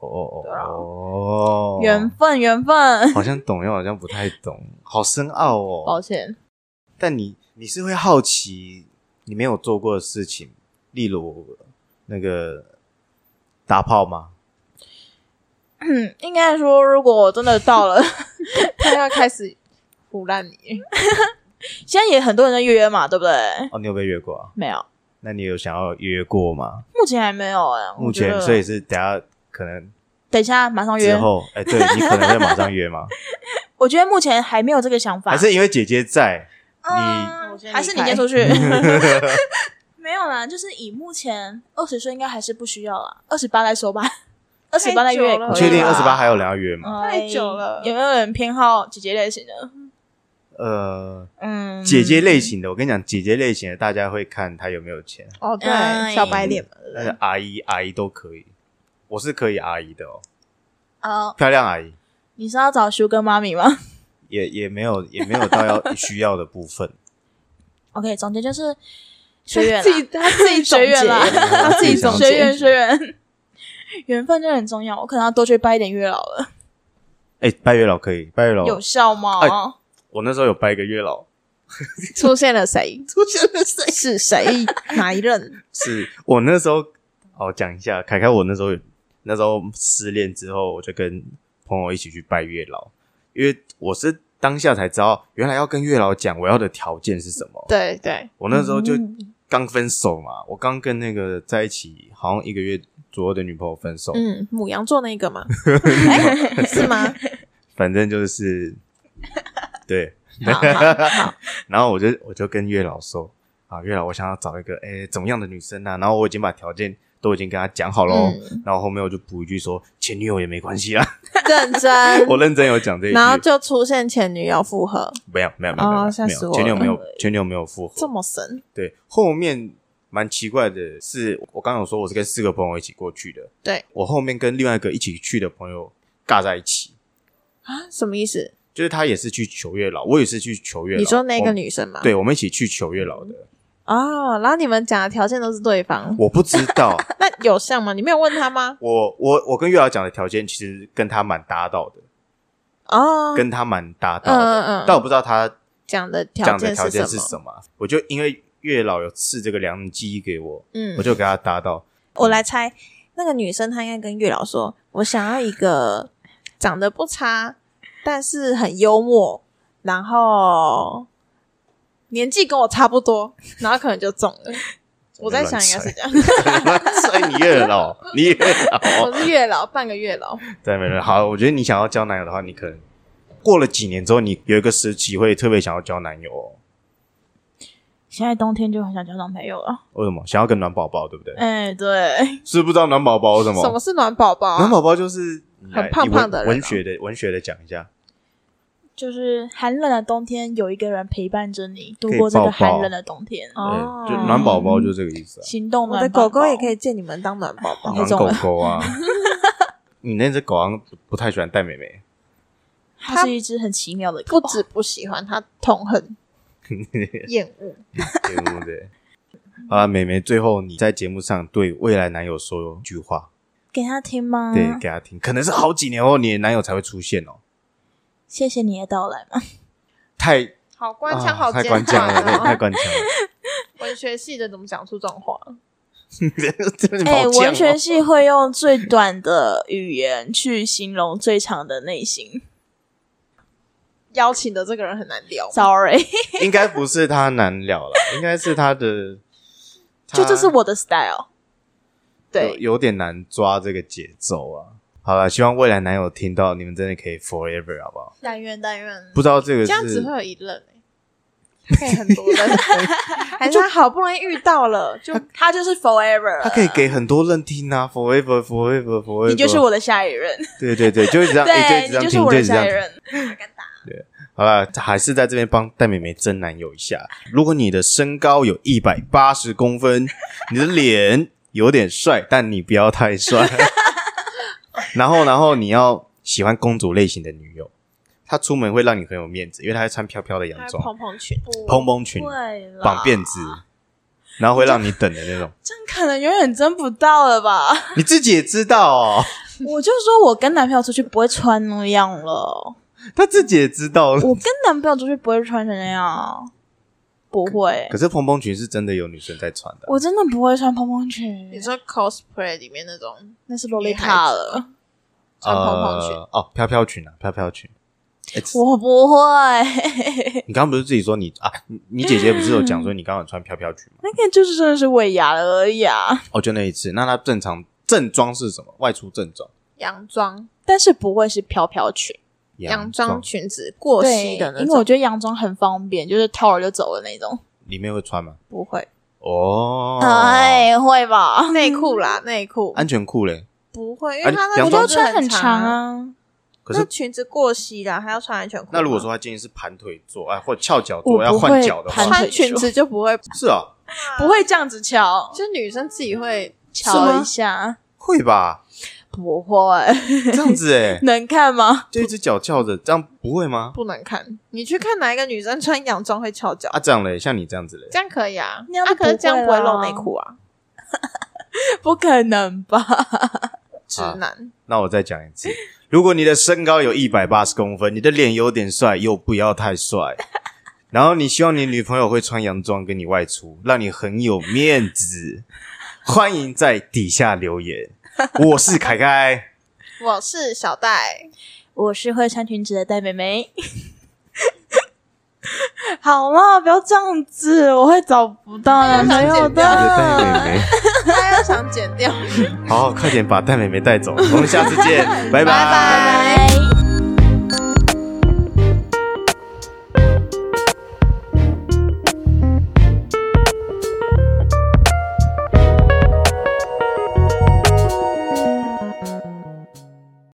Speaker 1: 哦
Speaker 2: 对啊
Speaker 1: 哦哦，
Speaker 3: 缘分，缘分，
Speaker 1: 好像懂又好像不太懂，好深奥
Speaker 3: 抱
Speaker 1: 哦。
Speaker 3: 歉，
Speaker 1: 但你你是会好奇你没有做过的事情，例如那个打炮吗？
Speaker 3: 嗯，应该说，如果我真的到了，
Speaker 2: 他要开始胡乱你，
Speaker 3: 现在也很多人在约嘛，对不对？
Speaker 1: 哦，你有被约过啊？
Speaker 3: 没有，
Speaker 1: 那你有想要约过吗？
Speaker 3: 目前还没有哎、我
Speaker 1: 目
Speaker 3: 觉
Speaker 1: 前
Speaker 3: 得
Speaker 1: 所以是等下可能
Speaker 3: 等一下马上
Speaker 1: 之
Speaker 3: 约。
Speaker 1: 后，哎、对你可能会马上约 吗？
Speaker 3: 我觉得目前还没有这个想法，
Speaker 1: 还是因为姐姐在，
Speaker 3: 嗯
Speaker 2: 我先离开
Speaker 3: 还是你先出 去？没有啦，就是以目前二十岁应该还是不需要啦，二十八再说吧。二十八再约也可以啦
Speaker 1: 你确定
Speaker 2: 对啊
Speaker 1: 二十八？还有人要约吗？
Speaker 3: 嗯
Speaker 2: 太久了
Speaker 3: 有没有人偏好姐姐类型的？
Speaker 1: 呃，
Speaker 3: 嗯，
Speaker 1: 姐姐类型的，我跟你讲，姐姐类型的，大家会看她有没有钱，
Speaker 2: 哦，对，
Speaker 3: 哎
Speaker 2: 小白脸嘛，
Speaker 1: 但是阿姨阿姨都可以，我是可以阿姨的哦，
Speaker 3: 呃，
Speaker 1: 漂亮阿姨
Speaker 3: 你是要找 Sugar 妈咪 吗
Speaker 1: 也也没有也没有到 要需要的部分，
Speaker 3: ？OK，总结就是学员啦
Speaker 2: 自己他自己总
Speaker 3: 学
Speaker 2: 结
Speaker 3: 员啦，
Speaker 2: 他自己总结
Speaker 3: 学
Speaker 1: 嗯
Speaker 3: 员学员，缘分真的很重要，我可能要多去拜一点月老了，
Speaker 1: 哎，拜月老可以，拜月老，
Speaker 3: 有效吗？
Speaker 1: 哦哎我那时候有拜一个月老，
Speaker 2: 出现了谁？出现了谁？是谁？哪一 任？
Speaker 1: 是我那时候，哦，讲一下，凯凯，我那时候那时候失恋之后，我就跟朋友一起去拜月老，因为我是当下才知道，原来要跟月老讲我要的条件是什么，
Speaker 2: 对对，
Speaker 1: 我那时候就
Speaker 3: 嗯
Speaker 1: 刚分手嘛，我刚跟那个在一起好像一个月左右的女朋友分手，
Speaker 2: 嗯，母羊座那 个嘛，哎是吗？
Speaker 1: 反正 就是，对，
Speaker 2: 好好好，
Speaker 1: 然后我就我就跟月老说啊，月老，我想要找一个诶怎么样的女生啊？然后我已经把条件都已经跟他讲好喽，
Speaker 2: 嗯
Speaker 1: 然后后面我就补一句说前女友也没关系啊，。
Speaker 2: 认真
Speaker 1: 我认真有讲这一句，
Speaker 2: 然后就出现前女友复合，
Speaker 1: 没有没有没有没有
Speaker 2: 哦
Speaker 1: 没有
Speaker 2: 吓死我
Speaker 1: 前女友没有
Speaker 2: 了
Speaker 1: 前女友没有复合，
Speaker 2: 这么神？
Speaker 1: 对，后面蛮奇怪的是，我刚刚有说我是跟四个朋友一起过去的，
Speaker 2: 对
Speaker 1: 我后面跟另外一个一起去的朋友尬在一起，
Speaker 2: 啊什么意思？
Speaker 1: 就是他也是去求月老，我也是去求月老。
Speaker 2: 你说那
Speaker 1: 我
Speaker 2: 个
Speaker 1: 们？
Speaker 2: 女生吗？
Speaker 1: 啊对，我们一起去求月老的。
Speaker 2: 哦，然后你们讲的条件都是对方，
Speaker 1: 我不知道，
Speaker 2: 那有像吗？你没有问他吗？
Speaker 1: 我我我跟月老讲的条件其实跟他蛮搭到的，
Speaker 2: 哦，
Speaker 1: 跟他蛮搭到的，
Speaker 2: 嗯嗯
Speaker 1: 但
Speaker 2: 嗯，
Speaker 1: 我不知道他
Speaker 2: 讲的条
Speaker 1: 讲的
Speaker 2: 件
Speaker 1: 条件是
Speaker 2: 么？
Speaker 1: 什么。我就因为月老有赐这个良人记忆给我，
Speaker 2: 嗯
Speaker 1: 我，就给他搭到。
Speaker 2: 我来猜，嗯那个女生她应该跟月老说：“我想要一个长得不差，但是很幽默，然后年纪跟我差不多，然后可能就中了。”我在想应 该是这样，
Speaker 1: 所以你月老，你月 老，
Speaker 2: 我是月老，半个月老，
Speaker 1: 对，没人好，我觉得你想要交男友的话，你可能过了几年之后，你有一个时期会特别想要交男友、哦。
Speaker 3: 现在冬天就很想交男朋友了。
Speaker 1: 为什么想要个暖宝宝，对不对？
Speaker 3: 哎、对，
Speaker 1: 是不是不知道暖宝宝是什么？
Speaker 2: 什么是暖宝宝啊、
Speaker 1: 暖宝宝就是
Speaker 2: 很
Speaker 1: 来
Speaker 2: 胖
Speaker 1: 你
Speaker 2: 胖的人
Speaker 1: 文
Speaker 2: 啊
Speaker 1: 文学的文学的讲一下，
Speaker 3: 就是寒冷的冬天，有一个人陪伴着你度
Speaker 1: 可以
Speaker 3: 过这
Speaker 1: 抱
Speaker 3: 个
Speaker 1: 抱
Speaker 3: 寒冷的冬天。
Speaker 1: 对
Speaker 2: 哦，
Speaker 1: 就暖宝宝就这个意思啊。
Speaker 3: 行动
Speaker 2: 我
Speaker 3: 暖
Speaker 2: 的
Speaker 3: 宝
Speaker 2: 狗
Speaker 3: 宝
Speaker 2: 狗也可以借你们当暖宝宝。
Speaker 3: 那
Speaker 1: 暖
Speaker 3: 种
Speaker 1: 狗狗啊，
Speaker 2: 嗯
Speaker 1: 你那只狗好像不不太喜欢带妹妹，
Speaker 3: 它是一只很奇妙的狗，
Speaker 2: 不止 不喜欢，他痛恨、厌恶。
Speaker 1: 对不对？好啦，妹妹，最后你在节目上对未来男友说一句话，
Speaker 3: 给它听
Speaker 2: 嗯
Speaker 3: 吗？
Speaker 1: 对，给他听，可能是好几年后你的男友才会出现哦，
Speaker 3: 谢谢你的到来嘛。
Speaker 1: 太
Speaker 2: 好官腔，
Speaker 1: 啊
Speaker 2: 好
Speaker 1: 太
Speaker 2: 尖
Speaker 1: 官腔了，对太
Speaker 2: 锐哦！
Speaker 1: 官腔了。
Speaker 2: 文学系的怎么讲出这种话？
Speaker 1: 哎
Speaker 3: 哎、文
Speaker 1: 哦
Speaker 3: 学系会用最短的语言去形容最长的内心。
Speaker 2: 邀请的这个人很难聊。
Speaker 3: Sorry，
Speaker 1: 应该不是他难聊了，应该是他的，他
Speaker 3: 就这是我的
Speaker 1: 啊
Speaker 3: style。
Speaker 1: 有
Speaker 2: 对，
Speaker 1: 有点难抓这个节奏啊。好了，希望未来男友听到，你们真的可以 forever 好不好？
Speaker 3: 但愿但愿，
Speaker 1: 不知道这个
Speaker 2: 这样只
Speaker 1: 是
Speaker 2: 会有一任欸可以很多人，还是他好不容易遇到了，就
Speaker 3: 他就是 forever，
Speaker 1: 他可以给很多人听啊，forever forever forever，
Speaker 3: 你就是，我的下一任，
Speaker 1: 对对对，就是这样，哎
Speaker 3: 对，
Speaker 1: 就
Speaker 3: 你
Speaker 1: 一直
Speaker 3: 就
Speaker 1: 这样听，就一
Speaker 3: 是我的
Speaker 1: 直这
Speaker 3: 下
Speaker 1: 样
Speaker 3: 一
Speaker 1: 听。
Speaker 3: 任。
Speaker 1: 好了，还是在这边帮戴美美真男友一下。如果你的身高有一百八十公分， 你的脸有点帅，但你不要太帅。 然后，然后你要喜欢公主类型的女友，她出门会让你很有面子，因为她会穿飘飘的洋
Speaker 2: 还有
Speaker 1: 装、
Speaker 2: 蓬蓬裙，
Speaker 1: 蓬蓬裙、
Speaker 3: 对啦
Speaker 1: 绑辫子，然后会让你等的那 种。
Speaker 3: 这样可能永远争不到了吧？
Speaker 1: 你自己也知道哦，
Speaker 3: 我就说我跟男朋友出去不会穿那样 了，
Speaker 1: 她自己也知道。
Speaker 3: 我跟男朋友出去不会穿成那样，不会，
Speaker 1: 可是蓬蓬裙是真的有女生在穿的啊，
Speaker 3: 我真的不会穿蓬蓬裙
Speaker 2: 你，说 cosplay 里面那种
Speaker 3: 那是洛丽塔了，
Speaker 2: 穿蓬蓬裙，
Speaker 1: 呃哦，飘飘裙啊，飘飘裙。哎
Speaker 3: 我不会，
Speaker 1: 你刚刚不是自己说你啊？你你姐姐不是有讲说你刚刚有穿飘飘裙吗？
Speaker 3: 那个就是真的是尾牙了而已啊，
Speaker 1: 哦，就那一次。那她正常正装是什么？外出正装，
Speaker 2: 洋装、
Speaker 3: 但是不会是飘飘裙，
Speaker 2: 洋装
Speaker 1: 装
Speaker 2: 裙子过
Speaker 3: 对
Speaker 2: 膝的，那
Speaker 3: 因为我
Speaker 2: 种，
Speaker 3: 觉得洋装很方便，就是套了就走的那种。
Speaker 1: 里面会穿吗？
Speaker 2: 不会
Speaker 1: 哦，
Speaker 3: 哎，会吧？
Speaker 2: 内裤啦，内裤
Speaker 1: 安全裤嘞？
Speaker 2: 不会，因
Speaker 1: 啊
Speaker 2: 为他那
Speaker 1: 洋
Speaker 2: 个
Speaker 1: 装
Speaker 3: 就
Speaker 2: 裙
Speaker 1: 我
Speaker 2: 子
Speaker 3: 穿很
Speaker 2: 长
Speaker 3: 长。啊。
Speaker 1: 可是
Speaker 2: 那裙子过膝啦，还要穿安全裤吗。
Speaker 1: 那如果说她建议是盘腿坐，哎，或翘脚
Speaker 3: 我
Speaker 1: 坐，
Speaker 3: 不
Speaker 1: 要换
Speaker 3: 会
Speaker 1: 脚的话
Speaker 3: 盘，
Speaker 2: 穿裙子就不会，
Speaker 1: 是啊，
Speaker 3: 不会这样子敲
Speaker 2: 就女生自己会
Speaker 1: 是
Speaker 3: 敲
Speaker 1: 吗
Speaker 3: 一下，
Speaker 1: 会吧？
Speaker 3: 不会，，
Speaker 1: 这样子哎
Speaker 3: 能看吗？
Speaker 1: 就一只脚翘着，这样不会吗？
Speaker 2: 不能看。你去看哪一个女生穿洋装会翘脚
Speaker 1: 啊，，这样嘞，像你这样子嘞，
Speaker 2: 这样可以啊。
Speaker 3: 那样
Speaker 2: 啊，
Speaker 3: 就不
Speaker 2: 可是这样不
Speaker 3: 会
Speaker 2: 会
Speaker 3: 啦
Speaker 2: 露内裤啊，
Speaker 3: 不可能吧？
Speaker 2: 直男。
Speaker 1: 那我再讲一次，如果你的身高有一百八十公分，你的脸有点帅，又不要太帅，然后你希望你女朋友会穿洋装跟你外出，让你很有面子，欢迎在底下留言。我是凯凯，
Speaker 2: 我是小戴，
Speaker 3: 我是会穿裙子的戴美眉。 好了，不要这样子，我会找不到 男朋友
Speaker 2: 我想
Speaker 3: 的。
Speaker 1: 妹
Speaker 2: 大家想剪掉。
Speaker 1: 妹，好，快点把戴妹妹带走，我们下次见，拜拜
Speaker 2: 拜拜
Speaker 3: 拜。